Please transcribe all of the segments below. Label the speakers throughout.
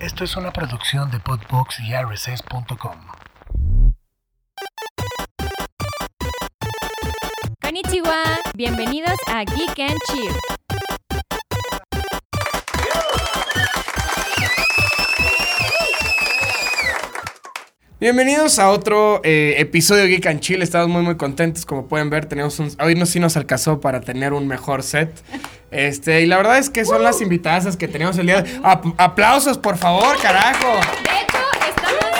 Speaker 1: Esto es una producción de Podbox y RSS.com.
Speaker 2: Konnichiwa, bienvenidos a Geek and Chill.
Speaker 3: Bienvenidos a otro eh, episodio de Geek and Chill. Estamos muy muy contentos, como pueden ver, tenemos un hoy no sí nos alcanzó para tener un mejor set. Este, y la verdad es que son las invitadas que tenemos el día de Ap- aplausos, por favor, carajo.
Speaker 4: De hecho, estamos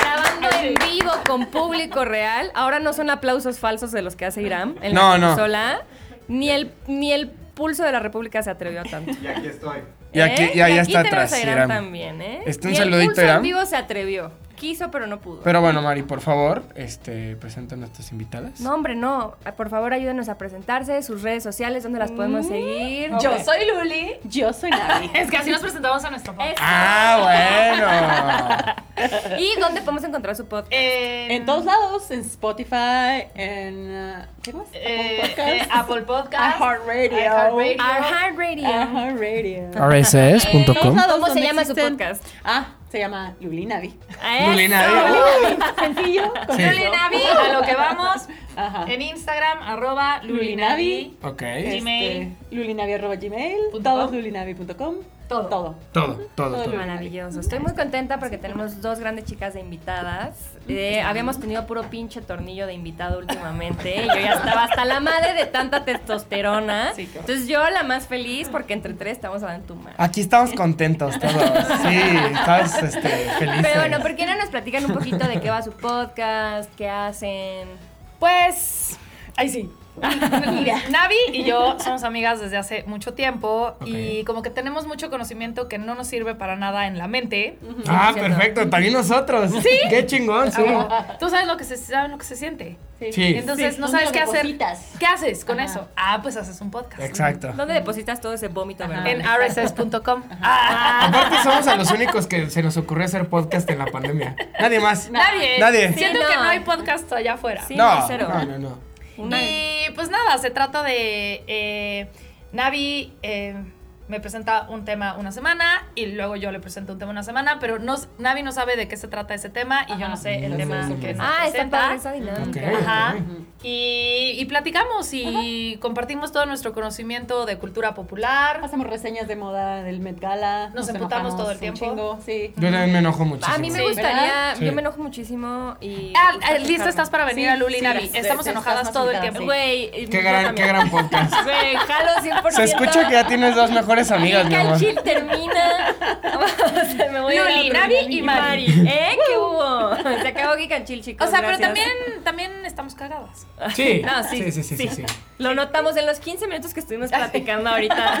Speaker 4: grabando en vivo con público real. Ahora no son aplausos falsos de los que hace Irán en
Speaker 3: No,
Speaker 4: la
Speaker 3: no.
Speaker 4: consola. Ni el, ni el pulso de la República se atrevió a tanto.
Speaker 5: Y aquí estoy.
Speaker 3: Y aquí
Speaker 4: ¿Eh?
Speaker 3: ya, ya
Speaker 4: aquí
Speaker 3: está
Speaker 4: tenemos
Speaker 3: atrás,
Speaker 4: a Irán
Speaker 3: Iram.
Speaker 4: también, ¿eh?
Speaker 3: Este, un
Speaker 4: Ni
Speaker 3: saludito,
Speaker 4: el pulso
Speaker 3: Irán.
Speaker 4: en vivo se atrevió. Quiso, pero no pudo.
Speaker 3: Pero bueno, Mari, por favor, este, presenta a nuestras invitadas.
Speaker 4: no, hombre, no. Ah, Por favor, ayúdenos a presentarse, sus redes sociales, dónde las podemos seguir.
Speaker 6: Mm, Yo soy Luli. Yo soy Navi.
Speaker 7: Es que así nos presentamos a nuestro podcast.
Speaker 3: Ah, bueno.
Speaker 4: ¿Y dónde podemos encontrar su podcast?
Speaker 7: Eh,
Speaker 6: En todos lados, en Spotify, en eh, ¿qué más?
Speaker 7: Eh, eh, Apple Podcast.
Speaker 6: iHeartRadio.
Speaker 7: iHeartRadio.
Speaker 4: Our Heart Radio.
Speaker 6: iHeartRadio.
Speaker 3: Ah,
Speaker 6: En todos
Speaker 3: RSS.com.
Speaker 6: lados
Speaker 4: ¿Cómo se
Speaker 6: donde
Speaker 4: llama su
Speaker 6: existen-
Speaker 4: podcast?
Speaker 6: Ah, se llama Luli Navi.
Speaker 3: Luli Navi.
Speaker 6: Luli
Speaker 7: Oh.
Speaker 6: Navi, sencillo.
Speaker 3: Sí.
Speaker 6: conciso.
Speaker 7: Luli Navi, a lo que vamos.
Speaker 6: Ajá.
Speaker 7: En Instagram, arroba Luli
Speaker 6: Luli
Speaker 7: Navi.
Speaker 6: Navi.
Speaker 3: Ok.
Speaker 6: Este,
Speaker 7: Gmail.
Speaker 6: lulinavi@gmail,
Speaker 7: Punto
Speaker 6: todos
Speaker 7: com.
Speaker 6: lulinavi.com,
Speaker 7: Todo.
Speaker 6: todo.
Speaker 3: Todo, todo,
Speaker 6: Todo
Speaker 3: todo.
Speaker 6: bien.
Speaker 4: Maravilloso. Estoy muy contenta porque tenemos dos grandes chicas de invitadas. Eh, habíamos tenido puro pinche tornillo de invitado últimamente. Yo ya estaba hasta la madre de tanta testosterona.
Speaker 6: Sí, claro.
Speaker 4: Entonces yo la más feliz porque entre tres estamos hablando tu madre.
Speaker 3: Aquí estamos contentos todos. Sí, estamos este, felices.
Speaker 4: Pero bueno, ¿por qué no nos platican un poquito de qué va su podcast? ¿Qué hacen?
Speaker 7: Pues,
Speaker 6: Ahí sí.
Speaker 7: Navi y yo somos amigas desde hace mucho tiempo y
Speaker 3: Ok.
Speaker 7: como que tenemos mucho conocimiento que no nos sirve para nada en la mente.
Speaker 3: Ah, perfecto, también nosotros. Sí. Qué chingón, sí.
Speaker 7: Ah, Tú sabes lo que se, saben lo que se siente.
Speaker 3: Sí.
Speaker 7: Entonces,
Speaker 6: Sí,
Speaker 7: no
Speaker 6: un
Speaker 7: sabes
Speaker 6: montón
Speaker 7: qué
Speaker 6: de
Speaker 7: hacer.
Speaker 6: cositas.
Speaker 7: ¿Qué haces con
Speaker 6: Ajá.
Speaker 7: eso? Ah, pues haces un podcast.
Speaker 3: Exacto.
Speaker 4: ¿Dónde depositas todo ese vómito, verdad?
Speaker 7: En rss.com. Ah.
Speaker 3: Aparte somos a los únicos que se nos ocurrió hacer podcast en la pandemia. Nadie más.
Speaker 7: Nadie.
Speaker 3: Nadie.
Speaker 7: Siento
Speaker 4: Sí,
Speaker 7: que
Speaker 4: no.
Speaker 7: no hay podcast allá afuera.
Speaker 4: Sí, no,
Speaker 3: no,
Speaker 4: cero.
Speaker 3: no, no, no.
Speaker 4: Una-
Speaker 7: Y pues nada, se trata de eh, Navi eh, me presenta un tema una semana y luego yo le presento un tema una semana, pero no, s- Navi no sabe de qué se trata ese tema y yo no sé el
Speaker 6: no sé,
Speaker 7: tema
Speaker 6: sí,
Speaker 7: que
Speaker 6: sí.
Speaker 7: nos
Speaker 4: Ah, está
Speaker 7: presenta.
Speaker 4: padre esa dinámica.
Speaker 3: Ok.
Speaker 7: Ajá. Y, y platicamos y compartimos todo nuestro conocimiento de cultura popular.
Speaker 6: Hacemos reseñas de moda del Met Gala.
Speaker 7: Nos emputamos
Speaker 6: enojamos
Speaker 7: todo el
Speaker 6: un
Speaker 7: tiempo.
Speaker 6: chingo, sí.
Speaker 3: Yo también me enojo muchísimo.
Speaker 4: A mí me
Speaker 7: Sí,
Speaker 4: gustaría,
Speaker 6: ¿verdad?
Speaker 4: yo
Speaker 3: Sí.
Speaker 4: me enojo muchísimo y... me
Speaker 7: Ah, ah,
Speaker 4: gusta
Speaker 7: lista
Speaker 4: quejarme.
Speaker 7: estás para venir
Speaker 6: Sí,
Speaker 7: a Luli
Speaker 6: sí,
Speaker 7: Navi.
Speaker 6: sí,
Speaker 7: Estamos
Speaker 6: sí,
Speaker 7: enojadas
Speaker 6: estás
Speaker 7: todo el
Speaker 6: más
Speaker 7: tiempo.
Speaker 4: Güey,
Speaker 3: Qué
Speaker 4: yo
Speaker 3: gran,
Speaker 4: también.
Speaker 3: qué gran podcast.
Speaker 4: Güey, jalo 100%.
Speaker 3: Se escucha que ya tienes dos mejores amigas, mi amor.
Speaker 4: Canchil termina. Se me voy a
Speaker 7: Luli,
Speaker 4: ir a
Speaker 7: Navi
Speaker 4: dormir.
Speaker 7: y Mari.
Speaker 4: ¿Eh? ¿Qué hubo? Se acabó que Canchil, chicos.
Speaker 7: O sea, pero
Speaker 4: gracias.
Speaker 7: también, también estamos cagadas.
Speaker 3: Sí.
Speaker 4: No, sí,
Speaker 3: sí, sí, sí, sí, sí.
Speaker 4: Lo notamos en los 15 minutos que estuvimos platicando ahorita.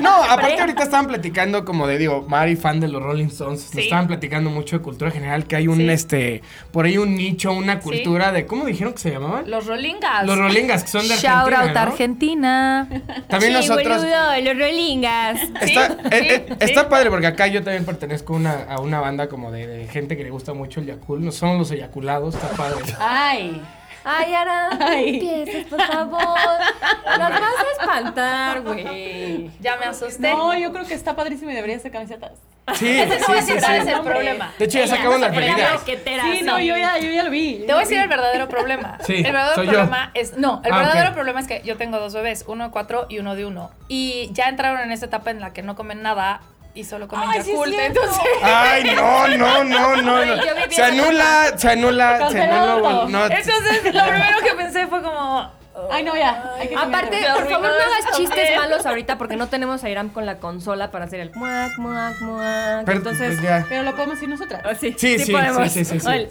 Speaker 3: No, aparte
Speaker 4: Pre-
Speaker 3: ahorita estaban platicando, como de digo, Mari, fan de los Rolling Stones, nos
Speaker 7: Sí.
Speaker 3: estaban platicando mucho de cultura general, que hay un,
Speaker 4: Sí.
Speaker 3: este, por ahí un nicho, una cultura de, ¿cómo dijeron que se llamaban?
Speaker 7: Los Rolingas.
Speaker 3: Los Rolingas, que son de Argentina, ¿no?
Speaker 7: Argentina.
Speaker 3: También
Speaker 4: Sí,
Speaker 3: nosotros...
Speaker 4: boludo, los rolingas.
Speaker 3: Está,
Speaker 7: Sí,
Speaker 3: eh,
Speaker 7: sí,
Speaker 3: eh,
Speaker 7: sí.
Speaker 3: está padre porque acá yo también pertenezco a una- a una banda como de, de gente que le gusta mucho el Yakul. No somos los eyaculados, está padre.
Speaker 7: Ah,
Speaker 6: Ay.
Speaker 4: Ay, Ara, no
Speaker 6: Ay.
Speaker 4: empieces, por favor. Nos vas a espantar, güey.
Speaker 7: Ya me asusté.
Speaker 6: No, yo creo que está padrísimo y debería hacer camisetas.
Speaker 3: Sí,
Speaker 7: Ese
Speaker 3: sí,
Speaker 7: no voy a
Speaker 3: sí,
Speaker 7: decir
Speaker 3: sí.
Speaker 7: cuál es el
Speaker 6: Hombre.
Speaker 7: problema.
Speaker 3: De hecho, ya sacamos las
Speaker 4: Pero ya
Speaker 3: medidas.
Speaker 4: coquetera,
Speaker 6: Sí, no,
Speaker 4: sí.
Speaker 6: yo ya, yo ya lo vi.
Speaker 7: Te voy a decir el verdadero problema.
Speaker 3: Sí,
Speaker 7: el verdadero
Speaker 3: soy yo.
Speaker 7: problema es. No, el
Speaker 3: Ah,
Speaker 7: verdadero
Speaker 3: ok.
Speaker 7: problema es que yo tengo dos bebés, uno de cuatro y uno de uno. Y ya entraron en esa etapa en la que no comen nada y solo comen
Speaker 6: Ay, sí es
Speaker 7: Yakult.
Speaker 6: cierto.
Speaker 7: entonces.
Speaker 3: Ay, no, no, no, no. no.
Speaker 4: Yo viví
Speaker 3: Se
Speaker 4: en la
Speaker 3: anula, se anula, se anula.
Speaker 6: Cancelado.
Speaker 3: bueno, No,
Speaker 7: Entonces, lo primero que pensé fue como.
Speaker 6: Ay, no, ya. hay que
Speaker 4: Aparte,
Speaker 6: cambiarlo.
Speaker 4: por favor, no hagas
Speaker 7: Arruinadas
Speaker 4: chistes
Speaker 7: también.
Speaker 4: malos ahorita porque no tenemos a Irán con la consola para hacer el muac, muac, muac.
Speaker 3: per-
Speaker 4: Entonces,
Speaker 3: pues ya.
Speaker 6: Pero lo podemos decir nosotras.
Speaker 4: ah, sí,
Speaker 3: Sí,
Speaker 4: sí,
Speaker 3: sí,
Speaker 4: podemos.
Speaker 3: sí, sí, sí, sí.
Speaker 4: Ol-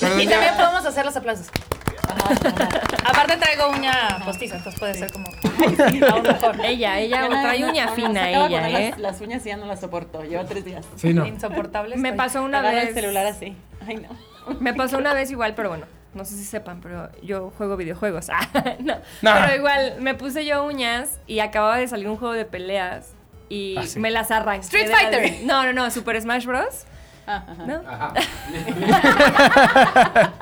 Speaker 3: Perdón,
Speaker 7: Y
Speaker 3: ya.
Speaker 7: también podemos hacer los aplausos. Aparte, traigo uña postiza, entonces puede ser como. aún mejor.
Speaker 4: Ella, ella
Speaker 6: Ya nada
Speaker 4: trae
Speaker 6: más,
Speaker 4: uña
Speaker 6: nada más,
Speaker 4: fina,
Speaker 6: acabo de
Speaker 4: ella,
Speaker 6: poner
Speaker 4: ¿eh?
Speaker 6: Las, las uñas y ya no las soporto. Llevo tres días.
Speaker 3: Sí, no.
Speaker 7: Insoportable.
Speaker 4: Me
Speaker 7: estoy.
Speaker 4: pasó una
Speaker 6: Agarro
Speaker 4: vez.
Speaker 6: el celular así. Ay, no.
Speaker 4: Me pasó una vez igual, pero bueno, no sé si sepan, pero yo juego videojuegos. Ah, no.
Speaker 3: No.
Speaker 4: Pero igual, me puse yo uñas y acababa de salir un juego de peleas y
Speaker 3: Ah, sí.
Speaker 4: me las arranqué.
Speaker 7: Street
Speaker 4: de la-
Speaker 7: Fighter.
Speaker 4: No, no, no, Super Smash Bros.
Speaker 6: Ajá, ajá.
Speaker 3: Ah,
Speaker 4: ¿No?
Speaker 5: Ajá.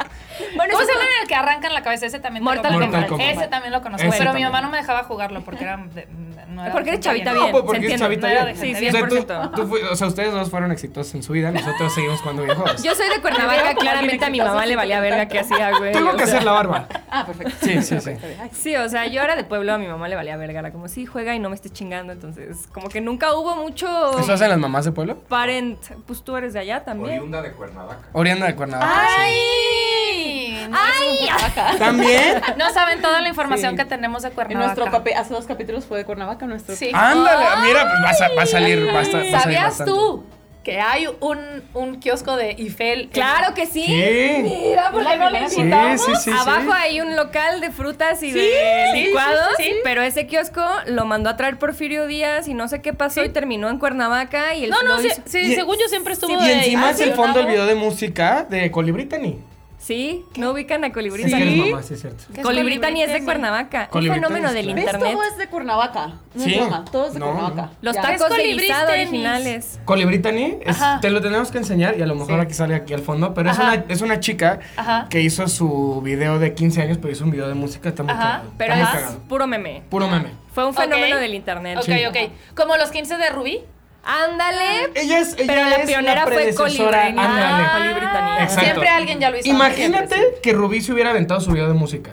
Speaker 4: Bueno,
Speaker 7: ¿Cómo
Speaker 4: ese
Speaker 7: se
Speaker 4: juego-
Speaker 7: llama el que arrancan la cabeza, ese también te
Speaker 4: Mortal
Speaker 7: lo
Speaker 3: Kombat.
Speaker 7: conozco. Ese también lo conozco.
Speaker 3: Ese
Speaker 7: pero mi
Speaker 3: también.
Speaker 7: mamá no me dejaba jugarlo porque era. de- no era
Speaker 4: Porque eres
Speaker 7: gente
Speaker 4: chavita
Speaker 7: bien.
Speaker 3: No,
Speaker 4: bien.
Speaker 3: pues,
Speaker 4: se
Speaker 3: porque es
Speaker 4: entiende.
Speaker 3: chavita
Speaker 7: No,
Speaker 3: bien.
Speaker 7: sí,
Speaker 3: O sea, tú-
Speaker 4: 100%.
Speaker 3: tú fui- o sea, ustedes dos fueron exitosos en su vida, nosotros seguimos jugando videojuegos.
Speaker 4: Yo soy de Cuernavaca, claramente a mi mamá le valía verga que hacía, güey.
Speaker 3: Tengo
Speaker 4: o
Speaker 3: que
Speaker 4: sea.
Speaker 3: hacer la barba.
Speaker 6: Ah, perfecto.
Speaker 3: Sí, sí,
Speaker 6: Ok,
Speaker 3: sí.
Speaker 6: está bien. Ay,
Speaker 4: Sí, o sea, yo era de pueblo, a mi mamá le valía verga, era como, sí, juega y no me estés chingando, entonces, como que nunca hubo mucho
Speaker 3: ¿Eso hacen las mamás de pueblo?
Speaker 4: parent, pues tú eres de allá también.
Speaker 5: Oriunda de Cuernavaca.
Speaker 3: Orienda de Cuernavaca.
Speaker 7: ¡Ay!
Speaker 4: ¡Ay!
Speaker 3: sí. ¿También?
Speaker 7: No saben toda la información
Speaker 3: Sí.
Speaker 7: que tenemos de
Speaker 6: En
Speaker 7: Cuernavaca.
Speaker 6: nuestro papel, hace dos capítulos fue de Cuernavaca, nuestro.
Speaker 7: Sí.
Speaker 3: Ándale, mira, pues va a, sa- va a salir bastante.
Speaker 7: ¿Sabías tú que hay un, un kiosco de Ifel? en-
Speaker 4: ¡Claro que sí!
Speaker 3: ¿Qué?
Speaker 4: Mira, ¿por qué no le
Speaker 3: Sí,
Speaker 4: invitamos?
Speaker 3: sí, sí, sí.
Speaker 4: Abajo hay un local de frutas y de
Speaker 7: sí,
Speaker 4: licuados,
Speaker 7: sí, sí, sí.
Speaker 4: pero ese kiosco lo mandó a traer Porfirio Díaz y no sé qué pasó y terminó en Cuernavaca y el
Speaker 7: No, no,
Speaker 4: lo
Speaker 7: sí,
Speaker 4: hizo-
Speaker 7: sí,
Speaker 3: Y-
Speaker 7: según yo siempre estuvo
Speaker 3: Y
Speaker 7: de- Ah,
Speaker 3: encima es el
Speaker 7: aficionado.
Speaker 3: fondo el video de música de Colibritani.
Speaker 4: Sí, no ubican a Colibrí
Speaker 3: Sí,
Speaker 4: Tani.
Speaker 3: eres mamá, sí, es cierto.
Speaker 7: ¿Qué es
Speaker 4: Colibrí Tani es de
Speaker 7: Colibrí?
Speaker 4: Cuernavaca, un
Speaker 3: Colibrí Tani
Speaker 4: fenómeno
Speaker 3: es
Speaker 4: del
Speaker 3: claro.
Speaker 6: ¿Ves?
Speaker 4: internet.
Speaker 6: Todo es de Cuernavaca. No
Speaker 3: Sí.
Speaker 6: es broma, todo es de
Speaker 3: No,
Speaker 6: Cuernavaca.
Speaker 3: no.
Speaker 4: Los
Speaker 6: Ya.
Speaker 7: ta-
Speaker 4: tacos de
Speaker 7: Colibrí
Speaker 4: guisado
Speaker 7: tenis.
Speaker 4: originales.
Speaker 3: Colibritani, es-
Speaker 7: Ajá.
Speaker 3: te lo tenemos que enseñar y a lo mejor aquí sale aquí al fondo, pero es
Speaker 7: Ajá.
Speaker 3: una, es una chica
Speaker 7: Ajá.
Speaker 3: que hizo su video de 15 años, pero hizo un video de música, está muy
Speaker 7: Ajá,
Speaker 3: cagado,
Speaker 4: Pero
Speaker 3: está
Speaker 4: es
Speaker 3: muy cagado.
Speaker 4: puro meme.
Speaker 3: Puro meme.
Speaker 4: Fue un
Speaker 7: Ok.
Speaker 4: fenómeno del internet.
Speaker 7: Ok,
Speaker 3: Sí.
Speaker 7: ok. Como los 15 de Rubí.
Speaker 4: Ándale.
Speaker 3: Ella es, ella
Speaker 4: Pero la
Speaker 3: es
Speaker 4: pionera fue
Speaker 3: predecesora,
Speaker 4: Colibrí.
Speaker 3: ándale.
Speaker 4: Ah, Colibrí Tani.
Speaker 3: Exacto.
Speaker 7: Siempre alguien ya lo hizo.
Speaker 3: Imagínate
Speaker 7: Siempre, sí.
Speaker 3: que Rubí se hubiera aventado su video de música.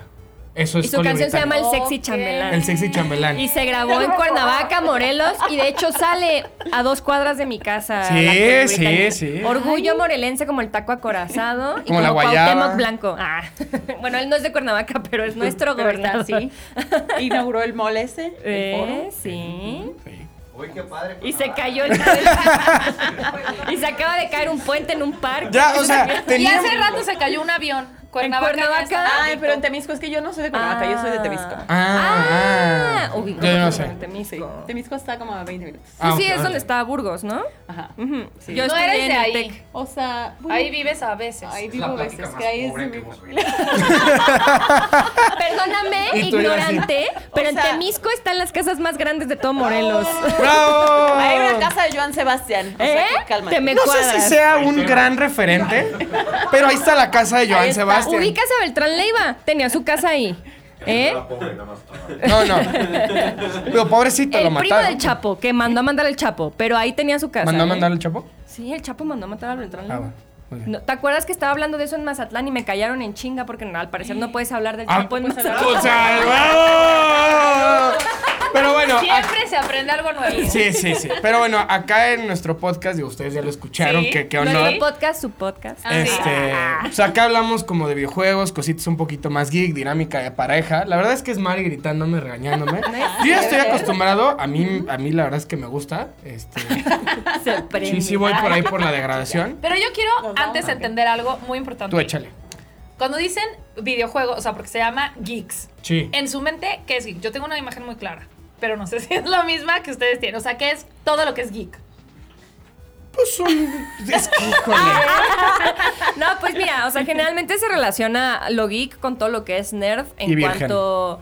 Speaker 3: Eso es
Speaker 4: Y su
Speaker 3: Colibrí
Speaker 4: canción se
Speaker 3: Tani.
Speaker 4: llama El Sexy
Speaker 7: Ok.
Speaker 4: Chambelán.
Speaker 3: El sexy chambelán.
Speaker 4: Y se grabó en Cuernavaca, Morelos, y de hecho sale a dos cuadras de mi casa.
Speaker 3: Sí,
Speaker 4: la Colibrí
Speaker 3: sí,
Speaker 4: Tani.
Speaker 3: sí.
Speaker 4: Orgullo morelense como el taco acorazado y
Speaker 3: Como
Speaker 4: como,
Speaker 3: la guayaba.
Speaker 4: Cuauhtémoc Blanco. Ah, bueno, él no es de Cuernavaca, pero es nuestro
Speaker 6: Pero está
Speaker 4: gobernador.
Speaker 6: así. Inauguró el mall ese, el
Speaker 4: Eh,
Speaker 6: foro.
Speaker 4: sí.
Speaker 3: Sí.
Speaker 5: Uy, qué padre.
Speaker 4: Y se
Speaker 5: Cuernavaca.
Speaker 4: cayó el Y se acaba de caer un puente en un parque.
Speaker 3: Ya, o sea,
Speaker 7: Y
Speaker 3: tenía...
Speaker 7: hace rato se cayó un avión. Cuernavaca. ya
Speaker 4: Cuernavaca?
Speaker 7: está.
Speaker 6: Ay, pero en Temisco es que yo no soy de Cuernavaca, yo soy de Temisco.
Speaker 3: Ah, ah.
Speaker 4: Ah, ubicó
Speaker 3: Yo no
Speaker 4: como
Speaker 3: sé.
Speaker 4: en Temisco.
Speaker 6: Sí, Temisco está como a 20 minutos.
Speaker 3: Ah,
Speaker 4: sí,
Speaker 3: ok,
Speaker 4: es
Speaker 3: ok.
Speaker 4: donde está Burgos, ¿no?
Speaker 6: Ajá.
Speaker 4: Ujú.
Speaker 6: Sí.
Speaker 4: Yo
Speaker 7: No
Speaker 4: estudié
Speaker 7: eres
Speaker 4: en
Speaker 7: de
Speaker 4: el
Speaker 7: ahí.
Speaker 4: TEC.
Speaker 6: O sea, bueno,
Speaker 7: Ahí vives a veces.
Speaker 6: ahí
Speaker 5: Es la
Speaker 6: vivo
Speaker 5: plática
Speaker 6: veces,
Speaker 5: más
Speaker 6: que ahí es
Speaker 5: pobre
Speaker 6: mi-
Speaker 5: que hemos oído.
Speaker 4: Perdóname,
Speaker 3: Y tú eres así.
Speaker 4: ignorante, pero
Speaker 6: sea-
Speaker 4: en Temisco están las casas más grandes de todo Morelos.
Speaker 3: Oh. ¡Bravo!
Speaker 6: Ahí hay una casa de Joan Sebastián. O
Speaker 4: ¿Eh?
Speaker 6: sea, que cálmate.
Speaker 4: Te me
Speaker 3: No sé
Speaker 4: cuadras.
Speaker 3: si sea
Speaker 5: Ahí
Speaker 3: un
Speaker 5: está.
Speaker 3: gran referente, pero ahí está la casa de Joan
Speaker 6: está.
Speaker 3: Sebastián.
Speaker 4: Ubicas a Beltrán Leiva, tenía su casa ahí. ¿Eh?
Speaker 5: Era pobre, nada más estaba.
Speaker 3: No, no. Pero pobrecito, lo
Speaker 4: El primo
Speaker 3: mataron.
Speaker 4: del Chapo, que mandó a mandar al Chapo, pero ahí tenía su casa.
Speaker 3: ¿Mandó a
Speaker 4: ¿eh?
Speaker 3: mandar al Chapo?
Speaker 4: Sí, el Chapo mandó a matar a Beltrán
Speaker 3: Ah,
Speaker 4: Leiva.
Speaker 3: va. Muy bien.
Speaker 4: No, ¿Te acuerdas que estaba hablando de eso en Mazatlán y me callaron en chinga porque no, al parecer no puedes hablar del
Speaker 3: Ah,
Speaker 4: Chapo en Mazatlán?
Speaker 3: O sea, ¡bravo! Pero bueno, a-
Speaker 7: Siempre se aprende algo nuevo.
Speaker 3: sí, sí, sí. Pero bueno, acá en nuestro podcast, digo, ustedes ya lo escucharon,
Speaker 7: Sí.
Speaker 3: que qué
Speaker 4: Nuestro
Speaker 3: honor.
Speaker 4: podcast, su podcast.
Speaker 7: Ah, sí.
Speaker 3: Este, pues acá hablamos como de videojuegos, cositas un poquito más geek, dinámica de pareja. La verdad es que es Mari gritándome, regañándome. Yo ya estoy acostumbrado, a mí, a mí la verdad es que me gusta. Este,
Speaker 4: Se prende.
Speaker 3: sí, sí voy por ahí por la degradación.
Speaker 7: Pero yo quiero
Speaker 6: Nos vamos,
Speaker 7: antes
Speaker 6: ok.
Speaker 7: entender algo muy importante.
Speaker 3: Tú échale.
Speaker 7: Cuando dicen videojuego, o sea, porque se llama geeks,
Speaker 3: Sí.
Speaker 7: en su mente, ¿qué es geek? Yo tengo una imagen muy clara, pero no sé si es la misma que ustedes tienen. O sea, ¿qué es todo lo que es geek?
Speaker 3: Pues un. Es que, híjole. Ah,
Speaker 4: No, pues mira, o sea, generalmente se relaciona lo geek con todo lo que es nerd
Speaker 3: Y
Speaker 4: en
Speaker 3: virgen.
Speaker 4: cuanto.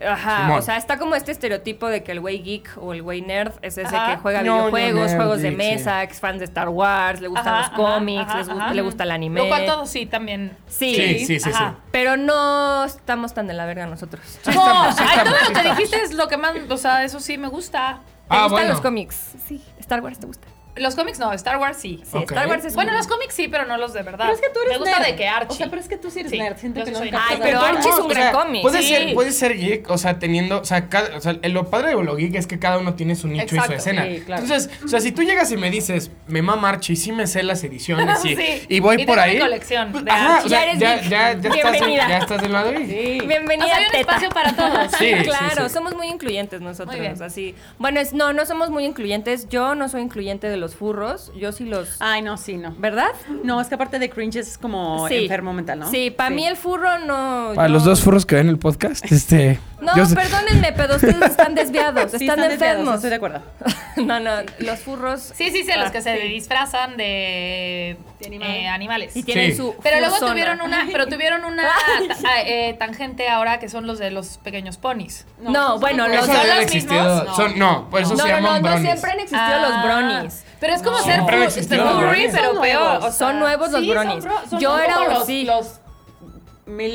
Speaker 4: Ajá,
Speaker 3: Simón.
Speaker 4: o sea, está como este estereotipo de que el güey geek o el güey nerd es ese
Speaker 7: Ajá.
Speaker 4: que juega
Speaker 3: No, no,
Speaker 4: videojuegos,
Speaker 3: nerd,
Speaker 4: juegos de
Speaker 3: geek,
Speaker 4: mesa, que es fan de Star Wars, le gustan
Speaker 7: Ajá,
Speaker 4: los
Speaker 7: ajá,
Speaker 4: cómics,
Speaker 7: ajá,
Speaker 4: les gu-
Speaker 7: ajá.
Speaker 4: le gusta el anime.
Speaker 7: Lo cual todo sí también.
Speaker 4: Sí.
Speaker 3: Sí, sí, sí, sí.
Speaker 7: Ajá.
Speaker 4: Pero no estamos tan de la verga nosotros.
Speaker 7: No,
Speaker 3: estamos, sí
Speaker 7: ay,
Speaker 3: estamos,
Speaker 7: todo lo
Speaker 3: sí
Speaker 7: que
Speaker 3: estamos.
Speaker 7: dijiste es lo que más, o sea, eso sí me gusta.
Speaker 4: ¿Te
Speaker 3: Ah,
Speaker 4: gustan
Speaker 3: bueno.
Speaker 4: los cómics? Sí, Star Wars te gusta.
Speaker 7: Los cómics no, Star Wars sí.
Speaker 4: Sí,
Speaker 3: Ok.
Speaker 4: Star Wars es
Speaker 7: Bueno,
Speaker 4: muy-
Speaker 7: los cómics sí, pero no los de verdad.
Speaker 6: Pero es que tú eres
Speaker 7: Me gusta
Speaker 6: nerd.
Speaker 7: de que Archie.
Speaker 6: O sea, pero es que tú sí eres
Speaker 7: Sí,
Speaker 6: nerd. Siento
Speaker 7: yo
Speaker 6: que
Speaker 7: sí soy
Speaker 6: nunca
Speaker 7: nerd.
Speaker 4: Ay,
Speaker 6: has
Speaker 4: pero
Speaker 6: hablado.
Speaker 4: Archie es un
Speaker 3: O sea,
Speaker 4: gran cómic.
Speaker 3: Puede,
Speaker 7: Sí.
Speaker 3: ser, puede ser geek, o sea, teniendo. O sea, cada- o sea, lo padre de lo geek es que cada uno tiene su nicho y su
Speaker 7: Exacto,
Speaker 3: escena.
Speaker 6: sí, claro.
Speaker 3: Entonces, o sea, si tú llegas y me dices, me mama Archie, sí me sé las ediciones y,
Speaker 7: Sí.
Speaker 3: y voy
Speaker 7: Y
Speaker 3: por
Speaker 7: tengo mi
Speaker 3: ahí.
Speaker 7: colección
Speaker 3: pues,
Speaker 7: de
Speaker 3: ajá,
Speaker 7: Archie.
Speaker 3: o sea,
Speaker 4: Ya eres
Speaker 3: ya,
Speaker 4: geek.
Speaker 3: ya- ya estás, en-
Speaker 4: Bienvenida.
Speaker 3: ya estás del lado geek.
Speaker 6: Sí.
Speaker 4: Bienvenida.
Speaker 7: O sea, hay un
Speaker 4: teta.
Speaker 7: espacio para todos.
Speaker 3: Sí, sí,
Speaker 4: claro,
Speaker 3: sí.
Speaker 4: somos muy incluyentes nosotros,
Speaker 7: Muy bien.
Speaker 4: así. Bueno, es, no, no somos muy incluyentes. Yo no soy incluyente de los furros, yo sí los...
Speaker 7: Ah,
Speaker 6: Ay, no, sí, no.
Speaker 4: ¿Verdad?
Speaker 6: No, es que aparte de cringe es como
Speaker 4: Sí.
Speaker 6: enfermo mental, ¿no?
Speaker 4: Sí, para mí el furro no...
Speaker 3: Para
Speaker 4: yo-
Speaker 3: los dos furros que ven el podcast, este.
Speaker 4: No,
Speaker 3: yo sé-
Speaker 4: perdónenme, pero ustedes están desviados,
Speaker 6: Sí,
Speaker 4: están,
Speaker 6: desviados,
Speaker 4: enfermos.
Speaker 6: Estoy de acuerdo.
Speaker 4: no, no, los furros...
Speaker 7: Sí, sí, sí, los que se
Speaker 4: Ah, sí.
Speaker 7: disfrazan de,
Speaker 6: De animales.
Speaker 7: eh, animales.
Speaker 4: Y tienen
Speaker 3: Sí.
Speaker 4: su...
Speaker 7: Pero luego
Speaker 4: fursona.
Speaker 7: tuvieron una, pero tuvieron una ta- eh, tangente ahora que son los de los pequeños ponis.
Speaker 4: No,
Speaker 6: pues,
Speaker 4: bueno,
Speaker 3: Eso
Speaker 4: los...
Speaker 7: ¿son
Speaker 3: debe
Speaker 7: los
Speaker 3: existido.
Speaker 7: mismos?
Speaker 3: Son, no, por eso
Speaker 4: no,
Speaker 3: se
Speaker 4: no, no,
Speaker 3: llaman
Speaker 4: no,
Speaker 3: bronies.
Speaker 4: siempre han existido los
Speaker 7: Ah,
Speaker 4: bronies.
Speaker 7: Pero es como
Speaker 3: No.
Speaker 7: ser
Speaker 3: Siempre han
Speaker 7: furry,
Speaker 3: existido los
Speaker 7: furry,
Speaker 3: bronies.
Speaker 7: pero
Speaker 6: Son
Speaker 7: peor.
Speaker 6: nuevos.
Speaker 7: o sea,
Speaker 4: Son nuevos los
Speaker 7: sí, son
Speaker 4: bronies.
Speaker 7: bro- son
Speaker 4: Yo
Speaker 7: como
Speaker 4: era-
Speaker 7: los,
Speaker 4: sí.
Speaker 7: los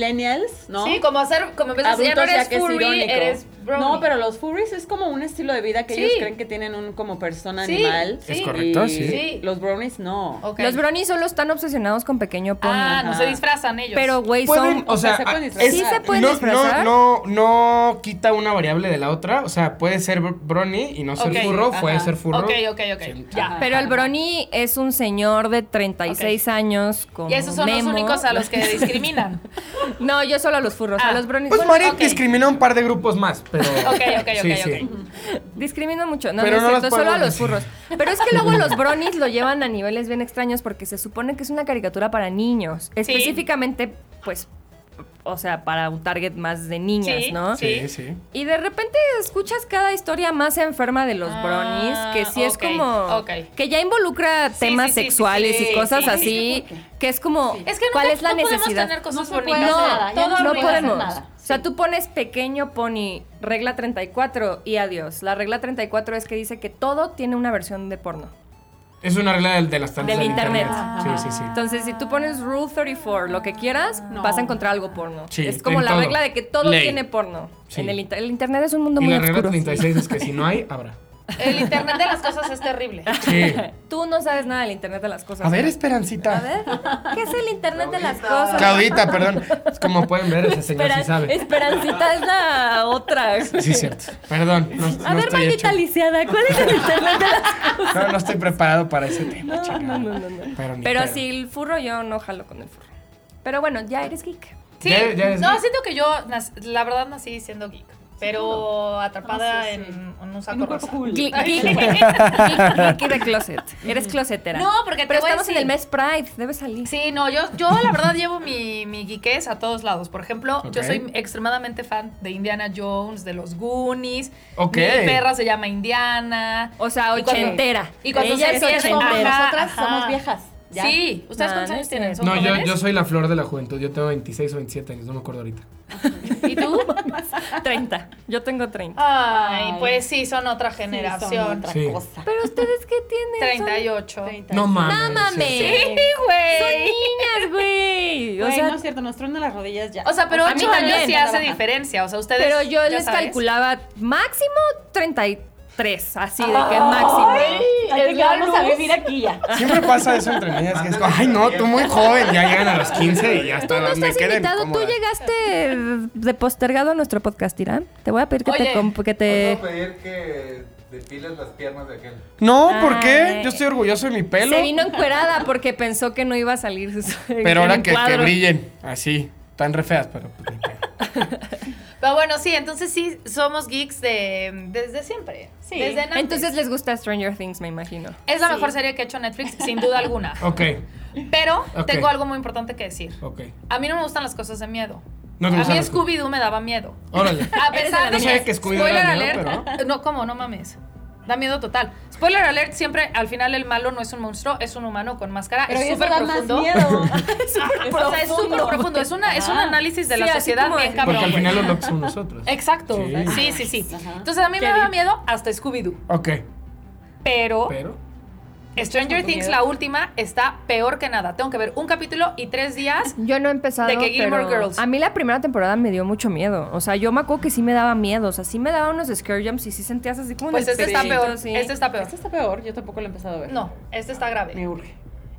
Speaker 6: millennials, ¿no?
Speaker 7: Sí, como hacer, como en vez de decir, ya no
Speaker 6: Adultos,
Speaker 7: eres
Speaker 6: que es
Speaker 7: furry,
Speaker 6: irónico.
Speaker 7: eres brony.
Speaker 6: No, pero los furries es como un estilo de vida que
Speaker 7: Sí.
Speaker 6: ellos creen que tienen un como persona
Speaker 7: Sí,
Speaker 6: animal.
Speaker 7: sí. Es
Speaker 3: correcto,
Speaker 6: Y
Speaker 3: sí.
Speaker 7: Sí. Oh,
Speaker 6: Los brownies no.
Speaker 7: Ok.
Speaker 4: Los bronies solo están obsesionados con Pequeño Pony.
Speaker 7: Ah, no
Speaker 6: Ajá.
Speaker 7: se disfrazan ellos.
Speaker 4: Pero, güey,
Speaker 3: Pueden,
Speaker 4: son...
Speaker 3: o sea,
Speaker 6: sea, se pueden
Speaker 3: es-
Speaker 6: disfrazar.
Speaker 4: Sí se pueden
Speaker 3: no,
Speaker 4: disfrazar.
Speaker 3: No, no, no quita una variable de la otra. O sea, puede ser br- brony y no ser
Speaker 7: Ok,
Speaker 3: furro,
Speaker 6: ajá.
Speaker 3: puede ser furro.
Speaker 7: Ok, ok, ok.
Speaker 3: Sí.
Speaker 7: Ya.
Speaker 4: Pero el brony es un señor de 36 años con
Speaker 7: Y esos son
Speaker 4: memo.
Speaker 7: los únicos a los que discriminan.
Speaker 4: No, yo solo a los furros.
Speaker 7: Ah.
Speaker 4: A los bronies...
Speaker 3: Pues
Speaker 4: bueno,
Speaker 3: Mari
Speaker 7: ok.
Speaker 3: discrimina un par de grupos más, pero.
Speaker 7: Ok, ok, ok,
Speaker 3: Sí,
Speaker 7: ok.
Speaker 3: sí.
Speaker 4: Discrimino mucho, no,
Speaker 3: Pero
Speaker 4: no es
Speaker 3: no los
Speaker 4: cierto, solo a
Speaker 3: podemos
Speaker 4: los furros. Pero es que luego los bronies lo llevan a niveles bien extraños porque se supone que es una caricatura para niños. Específicamente, pues, o sea, para un target más de niñas,
Speaker 7: Sí,
Speaker 4: ¿no?
Speaker 7: sí.
Speaker 3: Sí, sí.
Speaker 4: Y de repente escuchas cada historia más enferma de los
Speaker 7: Ah,
Speaker 4: bronies, que sí es
Speaker 7: ok,
Speaker 4: como.
Speaker 7: ok.
Speaker 4: que ya involucra temas
Speaker 7: sí, sí, sí,
Speaker 4: sexuales
Speaker 7: sí,
Speaker 4: y cosas
Speaker 7: sí, sí,
Speaker 4: así, que es como.
Speaker 7: Es que no,
Speaker 4: ¿Cuál
Speaker 7: te-
Speaker 4: es la
Speaker 7: no podemos
Speaker 4: necesidad?
Speaker 7: tener cosas
Speaker 6: No se puede
Speaker 7: bonitas.
Speaker 6: hacer
Speaker 4: No,
Speaker 6: nada, ya
Speaker 4: no,
Speaker 6: no se puede hacer
Speaker 4: podemos.
Speaker 6: nada.
Speaker 4: O sea, tú pones pequeño pony, regla 34 y adiós. La regla 34 es que dice que todo tiene una versión de porno.
Speaker 3: Es una regla del- de, las tardes
Speaker 4: Del internet.
Speaker 3: Sí, sí, sí.
Speaker 4: Entonces, si tú pones rule 34, lo que quieras,
Speaker 6: No.
Speaker 4: vas a encontrar algo porno.
Speaker 3: Sí,
Speaker 4: es como
Speaker 3: en
Speaker 4: la
Speaker 3: todo.
Speaker 4: regla de que todo
Speaker 3: Ley.
Speaker 4: tiene porno.
Speaker 3: Sí.
Speaker 4: En el, inter- el internet es un mundo
Speaker 3: Y
Speaker 4: muy
Speaker 3: la regla
Speaker 4: oscuro.
Speaker 3: 36 es que si no hay, habrá.
Speaker 7: El internet de las cosas es terrible.
Speaker 3: Sí.
Speaker 4: Tú no sabes nada del internet de las cosas.
Speaker 3: A ver,
Speaker 4: ¿no?
Speaker 3: Esperancita.
Speaker 4: A ver, ¿qué es el internet de las
Speaker 5: Claudita.
Speaker 4: cosas?
Speaker 3: Claudita, perdón. Es Como pueden ver, ese señor sí
Speaker 4: Espera-
Speaker 3: sabe.
Speaker 4: Esperancita es la otra.
Speaker 3: Sí, es cierto. Perdón. No,
Speaker 4: A
Speaker 3: no
Speaker 4: ver,
Speaker 3: estoy
Speaker 4: maldita
Speaker 3: hecho.
Speaker 4: lisiada, ¿cuál es el internet de las
Speaker 3: No, no estoy preparado para ese tema, chica.
Speaker 4: No, no, no, no.
Speaker 3: Pero, ni
Speaker 4: Pero
Speaker 3: pedo.
Speaker 4: si el furro, yo no jalo con el furro. Pero bueno, ya eres geek.
Speaker 7: Sí,
Speaker 3: Ya- ya es-
Speaker 7: no, siento que yo, nac- la verdad, nací siendo geek, pero atrapada
Speaker 6: Ah, sí, sí.
Speaker 7: En, en un
Speaker 6: En
Speaker 7: saco
Speaker 6: un cuerpo
Speaker 7: rosa.
Speaker 6: cool.
Speaker 4: Geek,
Speaker 7: Ay,
Speaker 4: geek, geek, geek de closet. Eres closetera.
Speaker 7: No, porque te
Speaker 4: Pero
Speaker 7: voy a
Speaker 4: estamos en
Speaker 7: decir-
Speaker 4: el mes Pride, debe salir.
Speaker 7: Sí, no, yo, yo la verdad llevo mi, mi geekez a todos lados. Por ejemplo, yo
Speaker 3: Ok.
Speaker 7: soy extremadamente fan de Indiana Jones, de los Goonies.
Speaker 3: Ok.
Speaker 7: Mi perra se llama Indiana.
Speaker 4: O sea,
Speaker 7: Y cuando-
Speaker 4: ochentera.
Speaker 7: y cuando
Speaker 4: Ella
Speaker 7: se
Speaker 4: es
Speaker 7: pierde-
Speaker 4: ochentera.
Speaker 7: Ajá,
Speaker 6: Nosotras
Speaker 7: ajá.
Speaker 6: somos viejas. ya.
Speaker 7: Sí, ¿ustedes
Speaker 4: No,
Speaker 7: cuántos
Speaker 4: no
Speaker 7: años
Speaker 4: es
Speaker 7: tienen? ¿Son
Speaker 3: No, yo,
Speaker 7: jóvenes?
Speaker 3: yo soy la flor de la juventud. Yo tengo 26 o 27 años, no me acuerdo ahorita.
Speaker 7: ¿Y tú?
Speaker 4: 30. Yo tengo 30.
Speaker 7: Ay,
Speaker 6: Ay.
Speaker 7: pues sí, son otra
Speaker 6: Sí,
Speaker 7: generación.
Speaker 6: son otra
Speaker 3: Sí.
Speaker 6: cosa.
Speaker 4: Pero ustedes qué tienen?
Speaker 7: 38.
Speaker 6: Treinta.
Speaker 3: No mames.
Speaker 4: No mames.
Speaker 3: sí.
Speaker 7: Sí, güey.
Speaker 4: Son niñas, güey. O
Speaker 6: Güey,
Speaker 4: sea,
Speaker 6: no es cierto, nos truenan las rodillas ya.
Speaker 7: O sea, pero
Speaker 4: A mí
Speaker 7: ocho años
Speaker 4: también.
Speaker 7: sí hace diferencia. O sea, ustedes.
Speaker 4: pero yo
Speaker 7: ya
Speaker 4: les
Speaker 7: sabes.
Speaker 4: calculaba máximo 33. Así de que máximo.
Speaker 6: Hay que
Speaker 7: es la
Speaker 6: quedarnos a
Speaker 7: luz.
Speaker 6: vivir aquí ya.
Speaker 3: Siempre pasa eso entre niñas. que es como, ay, no, tú muy joven. Ya llegan a los 15 y ya está.
Speaker 4: Tú no
Speaker 3: me
Speaker 4: estás
Speaker 3: quedan
Speaker 4: invitado, tú
Speaker 3: incómodas.
Speaker 4: llegaste de postergado a nuestro podcast, Irán. Te voy a pedir que
Speaker 7: Oye,
Speaker 4: te... comp- Que te...
Speaker 5: Puedo pedir que depiles las piernas de aquel.
Speaker 3: No, ¿por qué?
Speaker 4: Ay.
Speaker 3: Yo estoy orgulloso de mi pelo.
Speaker 4: Se vino encuerada porque pensó que no iba a salir.
Speaker 3: Pero ahora que, que brillen, así. Tan re feas, pero. pues, ni pedo.
Speaker 7: Pero bueno, sí, entonces sí, somos geeks de, desde siempre.
Speaker 6: Sí.
Speaker 7: Desde antes.
Speaker 4: Entonces les gusta Stranger Things, me imagino.
Speaker 7: es la
Speaker 6: Sí.
Speaker 7: mejor serie que ha hecho Netflix, sin duda alguna.
Speaker 3: Ok,
Speaker 7: Pero
Speaker 3: Ok.
Speaker 7: tengo algo muy importante que decir.
Speaker 3: ok.
Speaker 7: A mí no me gustan las cosas de miedo.
Speaker 3: No te
Speaker 7: a
Speaker 3: gustan
Speaker 7: mí
Speaker 3: las-
Speaker 7: Scooby-Doo me daba miedo.
Speaker 3: Órale.
Speaker 4: Eres de
Speaker 7: A
Speaker 4: la
Speaker 7: pesar de
Speaker 4: niña.
Speaker 3: No sabía que Scooby-Doo
Speaker 7: Spoiler
Speaker 3: daba miedo,
Speaker 7: alert. No, ¿cómo? No mames. Da miedo total. Spoiler alert, siempre al final el malo no es un monstruo, es un humano con máscara.
Speaker 6: Pero
Speaker 7: es
Speaker 6: eso
Speaker 7: súper
Speaker 6: da más
Speaker 7: profundo.
Speaker 6: miedo.
Speaker 7: O sea, es súper profundo. Es, una, es un análisis de
Speaker 4: Sí,
Speaker 7: la
Speaker 4: así
Speaker 7: sociedad
Speaker 4: como-
Speaker 7: bien
Speaker 4: Porque
Speaker 7: cabrón.
Speaker 3: Porque al
Speaker 7: güey.
Speaker 3: final los locos son nosotros.
Speaker 7: Exacto.
Speaker 3: Sí.
Speaker 7: Sí, sí, sí.
Speaker 6: Ajá.
Speaker 7: Entonces a mí me daba miedo hasta Scooby-Doo.
Speaker 3: Ok,
Speaker 4: Oh.
Speaker 7: Pero
Speaker 3: pero.
Speaker 7: Stranger Things, la última, está peor que nada. Tengo que ver un capítulo y tres días.
Speaker 4: Yo no he empezado.
Speaker 7: De que Gilmore
Speaker 4: pero
Speaker 7: Girls.
Speaker 4: A mí la primera temporada me dio mucho miedo. O sea, yo me acuerdo que sí me daba miedo. O sea, sí me daba unos scare jumps y sí sentías así como. en
Speaker 7: Pues
Speaker 4: el
Speaker 7: este está
Speaker 4: pechito,
Speaker 7: peor.
Speaker 4: sí.
Speaker 7: Este está peor.
Speaker 6: Esto está peor, yo tampoco lo he empezado a ver.
Speaker 7: No, este está
Speaker 6: Me
Speaker 7: grave.
Speaker 6: urge,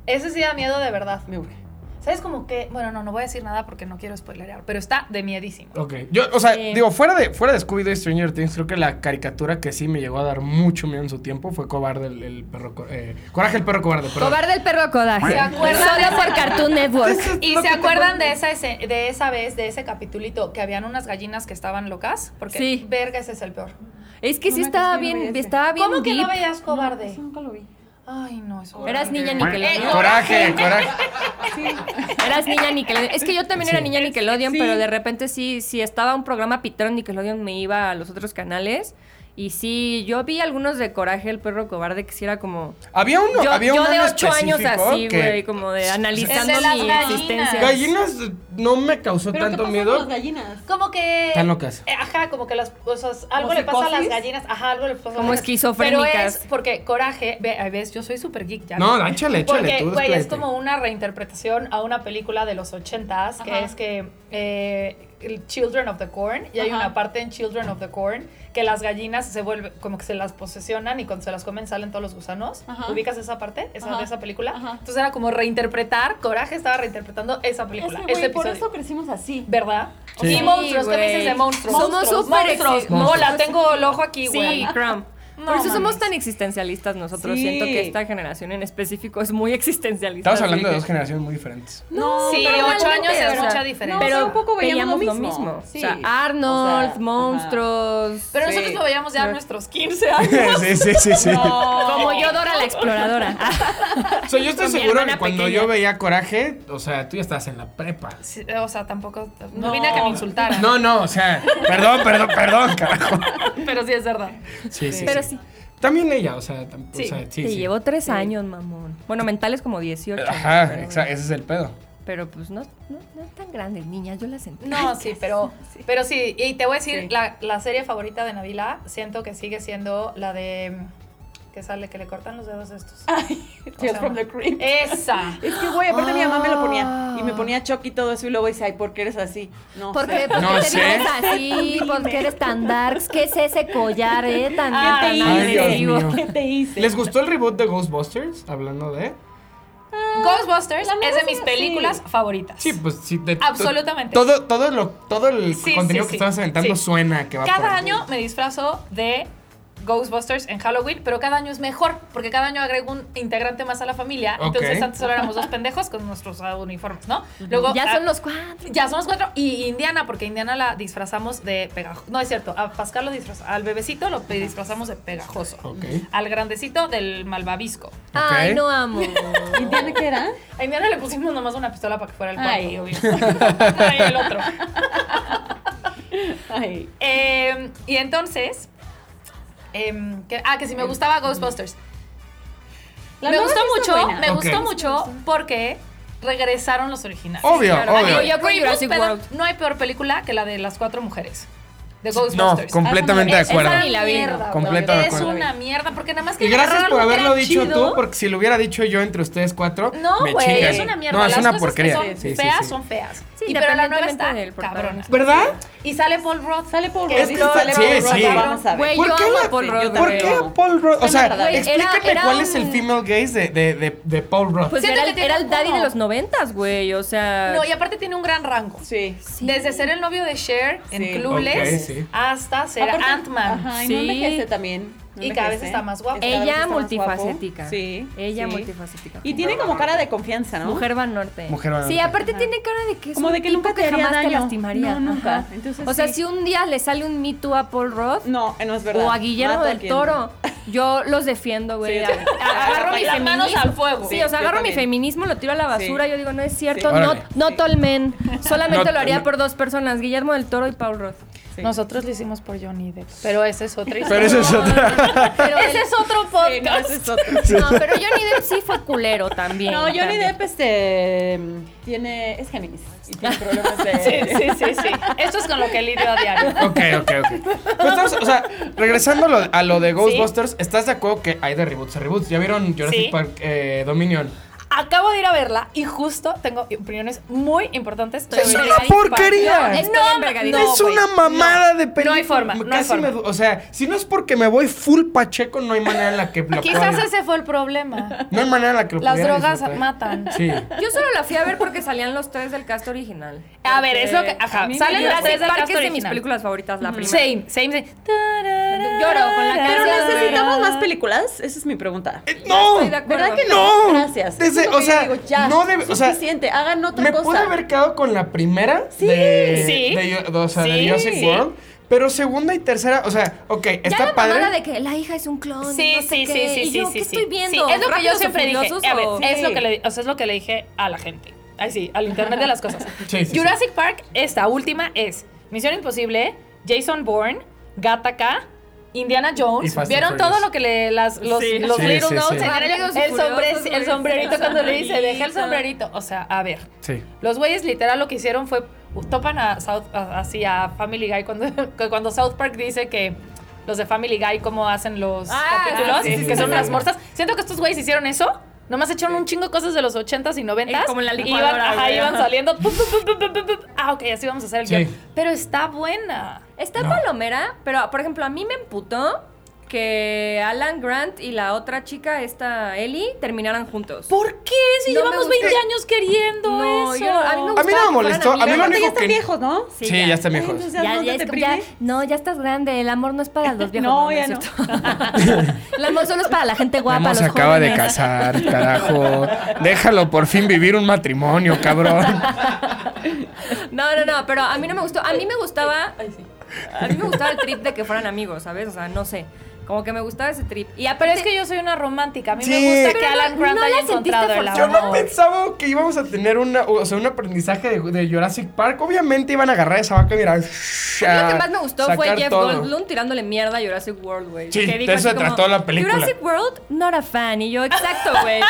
Speaker 7: Ese sí da miedo de verdad.
Speaker 6: me urge.
Speaker 7: ¿Sabes como que? Bueno, no, no voy a decir nada porque no quiero spoilerear, pero está de miedísimo.
Speaker 3: Ok. Yo, o sea,
Speaker 4: Sí.
Speaker 3: digo, fuera de, fuera de Scooby-Doo y Stranger Things, creo que la caricatura que sí me llegó a dar mucho miedo en su tiempo fue Cobarde el, el perro. co- eh, Coraje el perro cobarde, perdón.
Speaker 4: Cobarde el perro codaje.
Speaker 7: ¿Se acuerdan de
Speaker 4: Solo
Speaker 7: esa-
Speaker 4: por Cartoon Network.
Speaker 7: ¿Y se acuerdan de esa, ese- de esa vez, de ese capitulito, que habían unas gallinas que estaban locas? Porque,
Speaker 4: Sí.
Speaker 7: verga, ese es el peor.
Speaker 4: Es que sí
Speaker 6: No me
Speaker 4: estaba
Speaker 6: acuerdo, yo no
Speaker 4: bien,
Speaker 6: veía ese.
Speaker 4: estaba bien
Speaker 7: ¿Cómo que no
Speaker 4: deep.
Speaker 7: veías cobarde?
Speaker 6: Eso nunca lo vi.
Speaker 7: Ay, no, es horrible.
Speaker 4: Eras niña
Speaker 7: Eh,
Speaker 4: Nickelodeon.
Speaker 3: Coraje, coraje.
Speaker 4: Eras niña Nickelodeon. Es que yo también era
Speaker 3: Sí.
Speaker 4: niña Nickelodeon,
Speaker 6: Sí.
Speaker 4: pero de repente sí, si estaba un programa pitón Nickelodeon, me iba a los otros canales. Y sí, yo vi algunos de Coraje, el perro cobarde, que sí era como...
Speaker 3: Había uno,
Speaker 4: yo
Speaker 3: había
Speaker 4: yo
Speaker 3: uno
Speaker 4: de
Speaker 3: en
Speaker 4: ocho años
Speaker 3: específico
Speaker 4: así,
Speaker 3: que-
Speaker 4: güey, como de analizando
Speaker 7: El de las
Speaker 4: mi
Speaker 7: gallinas.
Speaker 4: existencia.
Speaker 3: Gallinas eh, no me causó
Speaker 6: ¿Pero qué
Speaker 3: tanto
Speaker 6: pasa con
Speaker 3: miedo.
Speaker 6: las gallinas?
Speaker 7: Como que.
Speaker 3: Están locas.
Speaker 7: Eh, Ajá, como que las. O sea, algo
Speaker 6: ¿Como
Speaker 7: le pasa a las
Speaker 6: psicosis?
Speaker 7: gallinas. Ajá, algo le pasa a las
Speaker 4: Como
Speaker 7: gallinas.
Speaker 4: esquizofrénicas.
Speaker 7: Pero es porque coraje. Ve, ay, ves, yo soy súper geek ya.
Speaker 3: No, échale, échale,
Speaker 7: Porque,
Speaker 3: tú,
Speaker 7: güey, es
Speaker 3: despláyate.
Speaker 7: como una reinterpretación a una película de los ochentas, que
Speaker 6: Ajá.
Speaker 7: es que. eh, el Children of the Corn, y hay
Speaker 6: Ajá.
Speaker 7: una parte en Children of the Corn que las gallinas se vuelven, como que se las posesionan y cuando se las comen salen todos los gusanos.
Speaker 6: Ajá.
Speaker 7: ¿Ubicas esa parte? Esa,
Speaker 6: Ajá.
Speaker 7: de esa película.
Speaker 6: Ajá.
Speaker 7: Entonces era como reinterpretar, Coraje estaba reinterpretando esa
Speaker 6: Es
Speaker 7: película,
Speaker 6: que,
Speaker 7: ese
Speaker 6: güey, por
Speaker 7: episodio.
Speaker 6: eso crecimos así.
Speaker 7: ¿Verdad?
Speaker 3: Sí.
Speaker 7: Y monstruos, ¿qué me dices de
Speaker 4: güey.
Speaker 7: monstruos?
Speaker 4: Somos
Speaker 7: monstruos,
Speaker 4: súper
Speaker 7: monstruos.
Speaker 4: exi-
Speaker 7: Mola, tengo el ojo aquí, güey.
Speaker 4: Sí, Crumb.
Speaker 7: No
Speaker 4: Por eso somos
Speaker 7: mames.
Speaker 4: tan existencialistas nosotros.
Speaker 6: Sí.
Speaker 4: Siento que esta generación en específico es muy existencialista.
Speaker 3: Estamos hablando de
Speaker 4: así
Speaker 3: dos
Speaker 4: que-
Speaker 3: generaciones muy diferentes.
Speaker 6: No,
Speaker 7: Sí,
Speaker 6: pero
Speaker 7: ocho
Speaker 6: realmente,
Speaker 7: años
Speaker 6: o
Speaker 7: es
Speaker 6: sea,
Speaker 7: mucha diferencia.
Speaker 6: No, o sea,
Speaker 4: Pero
Speaker 6: un poco
Speaker 4: veíamos
Speaker 6: veíamos
Speaker 4: lo mismo.
Speaker 6: Sí.
Speaker 4: O sea, Arnold,
Speaker 6: O sea, ajá.
Speaker 4: monstruos.
Speaker 7: Pero
Speaker 6: Sí.
Speaker 7: nosotros lo veíamos ya a nuestros 15 años.
Speaker 3: sí, sí, sí, sí.
Speaker 4: Como yo, Dora la exploradora.
Speaker 3: O sea, yo estoy
Speaker 4: Con mi
Speaker 3: seguro que
Speaker 4: hermana
Speaker 3: cuando
Speaker 4: pequeña.
Speaker 3: yo veía coraje, o sea, tú ya estabas en la prepa.
Speaker 7: Sí, O sea, tampoco. No,
Speaker 6: No.
Speaker 7: vine a que me insultaran.
Speaker 3: No, no, o sea, perdón, perdón, perdón, carajo.
Speaker 7: Pero sí es verdad.
Speaker 3: Sí, sí.
Speaker 4: Pero sí.
Speaker 3: También ella, o sea, tam- o
Speaker 7: Sí,
Speaker 3: sea, sí,
Speaker 4: Te
Speaker 3: sí.
Speaker 4: llevó tres años, mamón. Bueno, mentales como 18.
Speaker 3: Ajá,
Speaker 4: pero,
Speaker 3: exa- ese es el pedo.
Speaker 4: Pero pues no, no, no tan grandes, niñas, yo las sentí.
Speaker 7: No, sí, pero sí. Pero sí, y te voy a decir,
Speaker 6: Sí.
Speaker 7: la, la serie favorita de Navila, siento que sigue siendo la de. mm, que sale, que le cortan los dedos estos.
Speaker 6: Tales from the Crypt.
Speaker 7: Esa.
Speaker 6: Es que, güey, aparte mi mamá me lo ponía.
Speaker 4: Ah.
Speaker 6: Y me ponía Chucky y todo eso. Y luego dice, ay, ¿por qué eres así? No.
Speaker 2: ¿Por qué,
Speaker 6: sé.
Speaker 2: por qué
Speaker 3: No
Speaker 2: te
Speaker 3: sé.
Speaker 2: vienes así? ¿Por qué eres tan darks? ¿Qué es ese collar, eh? Tan,
Speaker 7: Ah,
Speaker 2: tan
Speaker 7: Dios
Speaker 2: agresivo.
Speaker 3: mío.
Speaker 6: ¿Qué te hice?
Speaker 3: ¿Les gustó el reboot de Ghostbusters? Hablando de.
Speaker 7: Ghostbusters
Speaker 6: La
Speaker 7: es
Speaker 6: neta
Speaker 7: de mis
Speaker 6: sí.
Speaker 7: películas favoritas.
Speaker 3: Sí, pues sí. de-
Speaker 7: Absolutamente.
Speaker 3: Todo, todo, lo, todo el
Speaker 7: Sí,
Speaker 3: contenido
Speaker 7: sí,
Speaker 3: que
Speaker 7: sí.
Speaker 3: estabas aventando
Speaker 7: Sí.
Speaker 3: suena que va por
Speaker 7: Cada
Speaker 3: ahí.
Speaker 7: año me disfrazo de Ghostbusters en Halloween, pero cada año es mejor, porque cada año agrego un integrante más a la familia.
Speaker 3: Ok.
Speaker 7: Entonces antes solo éramos dos pendejos con nuestros ah, uniformes, ¿no? Luego,
Speaker 2: Ya
Speaker 7: ah,
Speaker 2: son los cuatro.
Speaker 7: ya somos cuatro. Y Indiana, porque Indiana la disfrazamos de pegajoso. No, es cierto. A Pascal lo disfrazamos. Al bebecito lo pe- disfrazamos de pegajoso.
Speaker 3: Ok.
Speaker 7: Al grandecito del malvavisco.
Speaker 2: Ay,
Speaker 3: Ok.
Speaker 2: no amo.
Speaker 6: ¿Y tiene que era?
Speaker 7: A Indiana le pusimos nomás una pistola para que fuera el cuarto.
Speaker 6: Ay, obvio.
Speaker 7: Ay, el otro.
Speaker 6: Ay.
Speaker 7: Eh, y entonces. em, que- ah, que si me gustaba Ghostbusters.
Speaker 6: La
Speaker 7: me
Speaker 6: nueva
Speaker 7: gustó
Speaker 6: sí está
Speaker 7: mucho,
Speaker 6: buena.
Speaker 7: me
Speaker 3: Ok.
Speaker 7: gustó mucho porque regresaron los originales.
Speaker 3: Obvio, obvio.
Speaker 4: yo
Speaker 7: Digo, yo
Speaker 4: con Jurassic World.
Speaker 7: No hay peor película que la de las cuatro mujeres. De
Speaker 3: No,
Speaker 7: Ghostbusters.
Speaker 3: completamente de
Speaker 7: Es
Speaker 3: acuerdo.
Speaker 7: una
Speaker 4: ni la vi,
Speaker 7: mierda,
Speaker 4: no.
Speaker 7: güey.
Speaker 3: Completo de acuerdo.
Speaker 7: Es una mierda, porque nada más que
Speaker 3: Y gracias
Speaker 7: agarraron
Speaker 3: por
Speaker 7: algo que
Speaker 3: haberlo
Speaker 7: era
Speaker 3: dicho
Speaker 7: chido.
Speaker 3: tú, porque si lo hubiera dicho yo entre ustedes cuatro,
Speaker 7: No,
Speaker 3: me
Speaker 7: güey,
Speaker 3: chingan.
Speaker 7: es una mierda.
Speaker 3: No, es
Speaker 7: Las
Speaker 3: una
Speaker 7: cosas
Speaker 3: porquería.
Speaker 7: que son
Speaker 3: Sí, sí,
Speaker 7: feas
Speaker 3: sí.
Speaker 7: son feas.
Speaker 4: Sí,
Speaker 7: y pero la nueva
Speaker 4: independientemente
Speaker 7: está
Speaker 4: del
Speaker 7: cabrona.
Speaker 4: protagonista.
Speaker 3: ¿Verdad?
Speaker 7: Y sale Paul Roth.
Speaker 6: Sale por
Speaker 7: Que es
Speaker 6: Rodríguez,
Speaker 7: Flor-
Speaker 6: sale
Speaker 3: Sí,
Speaker 6: por
Speaker 3: sí.
Speaker 6: Rodríguez, vamos a ver.
Speaker 4: Güey,
Speaker 3: ¿Por
Speaker 4: yo
Speaker 3: qué
Speaker 4: amo
Speaker 3: la-
Speaker 4: a Paul
Speaker 6: yo
Speaker 4: Roth.
Speaker 6: también.
Speaker 3: ¿Por
Speaker 4: güey.
Speaker 3: qué
Speaker 6: Pero-
Speaker 3: a Paul Roth? O
Speaker 6: Está
Speaker 3: sea,
Speaker 6: en verdad.
Speaker 3: explíquenme
Speaker 2: Era- era
Speaker 3: cuál es el
Speaker 2: un-
Speaker 3: female gaze de, de, de, de Paul Roth.
Speaker 4: Pues
Speaker 7: Siento
Speaker 4: era,
Speaker 7: que
Speaker 4: el-
Speaker 7: tiene
Speaker 4: era el daddy
Speaker 7: como-
Speaker 4: de los noventas, güey. O sea.
Speaker 7: No, y aparte tiene un gran rango.
Speaker 6: Sí.
Speaker 7: Desde ser el novio de Cher
Speaker 6: Sí.
Speaker 7: en Clueless
Speaker 3: Ok, sí.
Speaker 7: hasta ser
Speaker 6: Aparte-
Speaker 7: Ant-Man.
Speaker 6: Ajá, y
Speaker 4: Sí.
Speaker 6: no envejece también. No
Speaker 7: Y cada vez
Speaker 6: envejece.
Speaker 7: está más guapo.
Speaker 6: Cada vez
Speaker 4: ella
Speaker 6: está más guapo.
Speaker 4: multifacética.
Speaker 6: Sí.
Speaker 4: Ella
Speaker 6: sí.
Speaker 4: multifacética.
Speaker 6: Y tiene como cara de confianza, ¿no?
Speaker 4: Mujer Van Norte.
Speaker 3: Mujer Van
Speaker 4: Sí,
Speaker 3: Norte.
Speaker 4: aparte tiene cara de que es
Speaker 6: Como
Speaker 4: un
Speaker 6: de que
Speaker 4: tipo
Speaker 6: nunca te
Speaker 4: que
Speaker 6: haría
Speaker 4: jamás te
Speaker 6: daño.
Speaker 4: lastimaría.
Speaker 6: No, nunca.
Speaker 4: Ajá.
Speaker 6: Entonces,
Speaker 4: o sea,
Speaker 6: sí.
Speaker 4: si un día le sale un Me Too a Paul Roth
Speaker 6: No, eh, no es verdad.
Speaker 4: o a Guillermo
Speaker 6: Mato a
Speaker 4: del
Speaker 6: quien-
Speaker 4: Toro, yo los defiendo, güey.
Speaker 6: Sí,
Speaker 4: A-
Speaker 6: yo-
Speaker 4: a- agarro mi
Speaker 7: Las manos
Speaker 4: feminismo.
Speaker 7: al fuego.
Speaker 4: Sí,
Speaker 6: Sí,
Speaker 4: o sea,
Speaker 6: yo
Speaker 4: agarro mi
Speaker 6: también.
Speaker 4: feminismo, lo tiro a la basura.
Speaker 6: Sí.
Speaker 4: Yo digo, no es cierto,
Speaker 6: Sí.
Speaker 4: no,
Speaker 3: Órale.
Speaker 4: no tolmen. Solamente
Speaker 3: No
Speaker 4: lo haría
Speaker 3: tol-
Speaker 4: por dos personas, Guillermo del Toro y Paul Roth.
Speaker 6: Sí.
Speaker 7: Nosotros lo hicimos por Johnny Depp. Pero ese es otro
Speaker 3: Pero esa es otra.
Speaker 4: Pero
Speaker 7: Ese
Speaker 4: el-
Speaker 7: es otro
Speaker 6: Sí, no,
Speaker 7: podcast.
Speaker 6: ese es otro.
Speaker 4: no, pero Johnny Depp sí fue culero también.
Speaker 6: No, Johnny
Speaker 4: también.
Speaker 6: Depp este tiene es Géminis y tiene problemas de
Speaker 7: Sí, sí, sí, sí. Esto es con lo que lidio a diario.
Speaker 3: Ok, ok, ok. Pero estamos- o sea, regresando a lo, a lo de Ghostbusters, ¿estás de acuerdo que hay de reboots a reboots? ¿Ya vieron Jurassic
Speaker 7: Sí.
Speaker 3: Park eh, Dominion?
Speaker 7: Acabo de ir a verla y justo tengo opiniones muy importantes. Estoy
Speaker 3: ¡Es una
Speaker 7: envergadísima.
Speaker 3: porquería!
Speaker 7: No,
Speaker 4: Estoy
Speaker 7: no,
Speaker 4: envergadísima.
Speaker 7: no,
Speaker 3: es una
Speaker 7: güey.
Speaker 3: mamada de película.
Speaker 7: No hay forma, no hay
Speaker 3: Casi
Speaker 7: forma.
Speaker 3: me du- o sea, si no es porque me voy full pacheco, no hay manera en la que lo
Speaker 7: pues, Quizás
Speaker 3: pueda-
Speaker 7: ese fue el problema.
Speaker 3: No hay manera en la que lo
Speaker 7: Las
Speaker 3: pudiera
Speaker 7: drogas
Speaker 3: disfrutar.
Speaker 7: matan.
Speaker 3: Sí.
Speaker 4: Yo solo la fui a ver porque salían los tres del cast original. Eh,
Speaker 7: A ver, es lo que.
Speaker 6: a
Speaker 7: Ajá.
Speaker 6: mí me
Speaker 7: Salen
Speaker 6: dio-
Speaker 7: las tres
Speaker 4: Jurassic
Speaker 7: del
Speaker 4: Park
Speaker 7: cast
Speaker 4: es de mis
Speaker 7: original.
Speaker 4: películas favoritas, la primera.
Speaker 7: Same, same, same.
Speaker 4: Lloro con la
Speaker 6: Pero
Speaker 4: canción.
Speaker 6: necesitamos más películas, esa es mi pregunta.
Speaker 3: Eh, ¡No!
Speaker 4: Estoy de acuerdo.
Speaker 6: ¿Verdad que no?
Speaker 3: ¡No!
Speaker 6: Gracias.
Speaker 3: Desde-
Speaker 6: Eso es lo
Speaker 3: o
Speaker 6: que
Speaker 3: sea,
Speaker 6: yo digo, ya,
Speaker 3: no debe- o sea,
Speaker 6: suficiente, hagan otra
Speaker 3: Me
Speaker 6: cosa.
Speaker 3: pude haber quedado con la primera de,
Speaker 7: Sí.
Speaker 3: de, de- o sea, de
Speaker 7: Sí.
Speaker 3: Jurassic
Speaker 7: Sí.
Speaker 3: World, pero segunda y tercera, o sea, ok,
Speaker 2: Ya
Speaker 3: está
Speaker 2: la
Speaker 3: padre.
Speaker 2: mamada de que la hija es un clon.
Speaker 7: Sí,
Speaker 2: no sé
Speaker 7: sí, sí,
Speaker 2: qué.
Speaker 7: sí,
Speaker 2: Y
Speaker 7: sí,
Speaker 2: yo,
Speaker 7: sí,
Speaker 2: ¿qué
Speaker 7: sí.
Speaker 2: estoy viendo?
Speaker 7: Sí, es lo que yo
Speaker 4: ¿Rápidos o
Speaker 7: siempre dije.
Speaker 4: furiosos
Speaker 7: A ver,
Speaker 4: o-
Speaker 7: es
Speaker 6: Sí.
Speaker 7: lo que le, o sea, es lo que le dije a la gente. Ay, sí, al internet de las cosas.
Speaker 3: Sí, sí, sí.
Speaker 7: Jurassic Park, esta última es Misión Imposible, Jason Bourne, Gattaca, Indiana
Speaker 3: Y
Speaker 7: Jones.
Speaker 3: Fast and
Speaker 7: ¿Vieron todo
Speaker 3: Furious.
Speaker 7: lo que le, las, los,
Speaker 4: Sí.
Speaker 7: los
Speaker 3: Sí,
Speaker 7: Little
Speaker 3: sí,
Speaker 7: Notes?
Speaker 3: sí.
Speaker 7: El-
Speaker 4: Ándale, los
Speaker 7: El, sombre-
Speaker 4: furiosos,
Speaker 7: el
Speaker 4: güey.
Speaker 7: sombrerito
Speaker 4: El
Speaker 7: cuando le dice, deja el
Speaker 4: sombrerito.
Speaker 7: sombrerito. O sea, a ver.
Speaker 3: Sí.
Speaker 7: Los güeyes literal lo que hicieron fue uh, topan a South, a- así a Family Guy cuando, que cuando South Park dice que los de Family Guy cómo hacen los
Speaker 4: Ah,
Speaker 7: capítulos,
Speaker 4: sí, sí,
Speaker 7: que
Speaker 3: sí,
Speaker 7: son
Speaker 3: sí.
Speaker 7: las morsas. Siento que estos güeyes hicieron eso. Nomás echaron un chingo de cosas de los 80s y 90s.
Speaker 4: Eh, como en la
Speaker 7: y iban,
Speaker 4: licuadora,
Speaker 7: ajá,
Speaker 4: güey,
Speaker 7: iban
Speaker 4: ajá.
Speaker 7: saliendo. pum, pum, pum, pum, pum, pum, pum. Ah, ok, así vamos a hacer el
Speaker 3: Sí.
Speaker 7: guión. Pero está buena.
Speaker 4: Está palomera, pero por ejemplo, a mí me emputó que Alan Grant y la otra chica, esta Ellie, terminaran juntos.
Speaker 7: ¿Por qué? Si
Speaker 4: No me
Speaker 7: llevamos
Speaker 4: gusta.
Speaker 7: 20 años queriendo
Speaker 4: No,
Speaker 7: eso.
Speaker 4: yo no- a mí me
Speaker 3: A mí no me molestó. A mí
Speaker 6: Pero
Speaker 3: lo
Speaker 6: aparte
Speaker 3: único
Speaker 6: ya están
Speaker 3: que.
Speaker 6: viejos, ¿no?
Speaker 3: Sí, ya está mejor.
Speaker 6: Entonces,
Speaker 4: Ya,
Speaker 6: ¿no
Speaker 4: ya
Speaker 6: te
Speaker 4: es-
Speaker 6: deprimes?
Speaker 4: ya- no, ya estás grande. El amor no es para los viejos.
Speaker 6: No,
Speaker 4: no, no
Speaker 6: ya
Speaker 4: es
Speaker 6: no.
Speaker 4: cierto. el amor solo es para la gente guapa,
Speaker 3: Memo
Speaker 4: los
Speaker 3: se acaba de
Speaker 4: jóvenes.
Speaker 3: casar, carajo. Déjalo por fin vivir un matrimonio, cabrón.
Speaker 4: No, no, no, pero a mí no me gustó. A mí me gustaba. A mí me gustaba el trip de que fueran amigos, ¿sabes? O sea, no sé. Como que me gustaba ese trip. Y
Speaker 7: Pero
Speaker 4: aparte,
Speaker 7: es que yo soy una romántica. A mí
Speaker 3: Sí.
Speaker 7: me gusta que
Speaker 4: Pero no-
Speaker 7: Alan Grant
Speaker 4: no la
Speaker 7: haya
Speaker 4: sentiste
Speaker 7: encontrado el
Speaker 4: forzada.
Speaker 7: amor.
Speaker 3: Yo no pensaba que íbamos a tener una, o sea, un aprendizaje de, de Jurassic Park. Obviamente iban a agarrar esa vaca y mira.
Speaker 4: lo que más me gustó fue
Speaker 3: sacar
Speaker 4: Jeff
Speaker 3: todo.
Speaker 4: Goldblum tirándole mierda a Jurassic World, güey.
Speaker 3: Sí,
Speaker 4: Que dijo
Speaker 3: de eso
Speaker 4: así como,
Speaker 3: trató la película.
Speaker 4: Jurassic World, not a fan. Y yo, exacto, güey.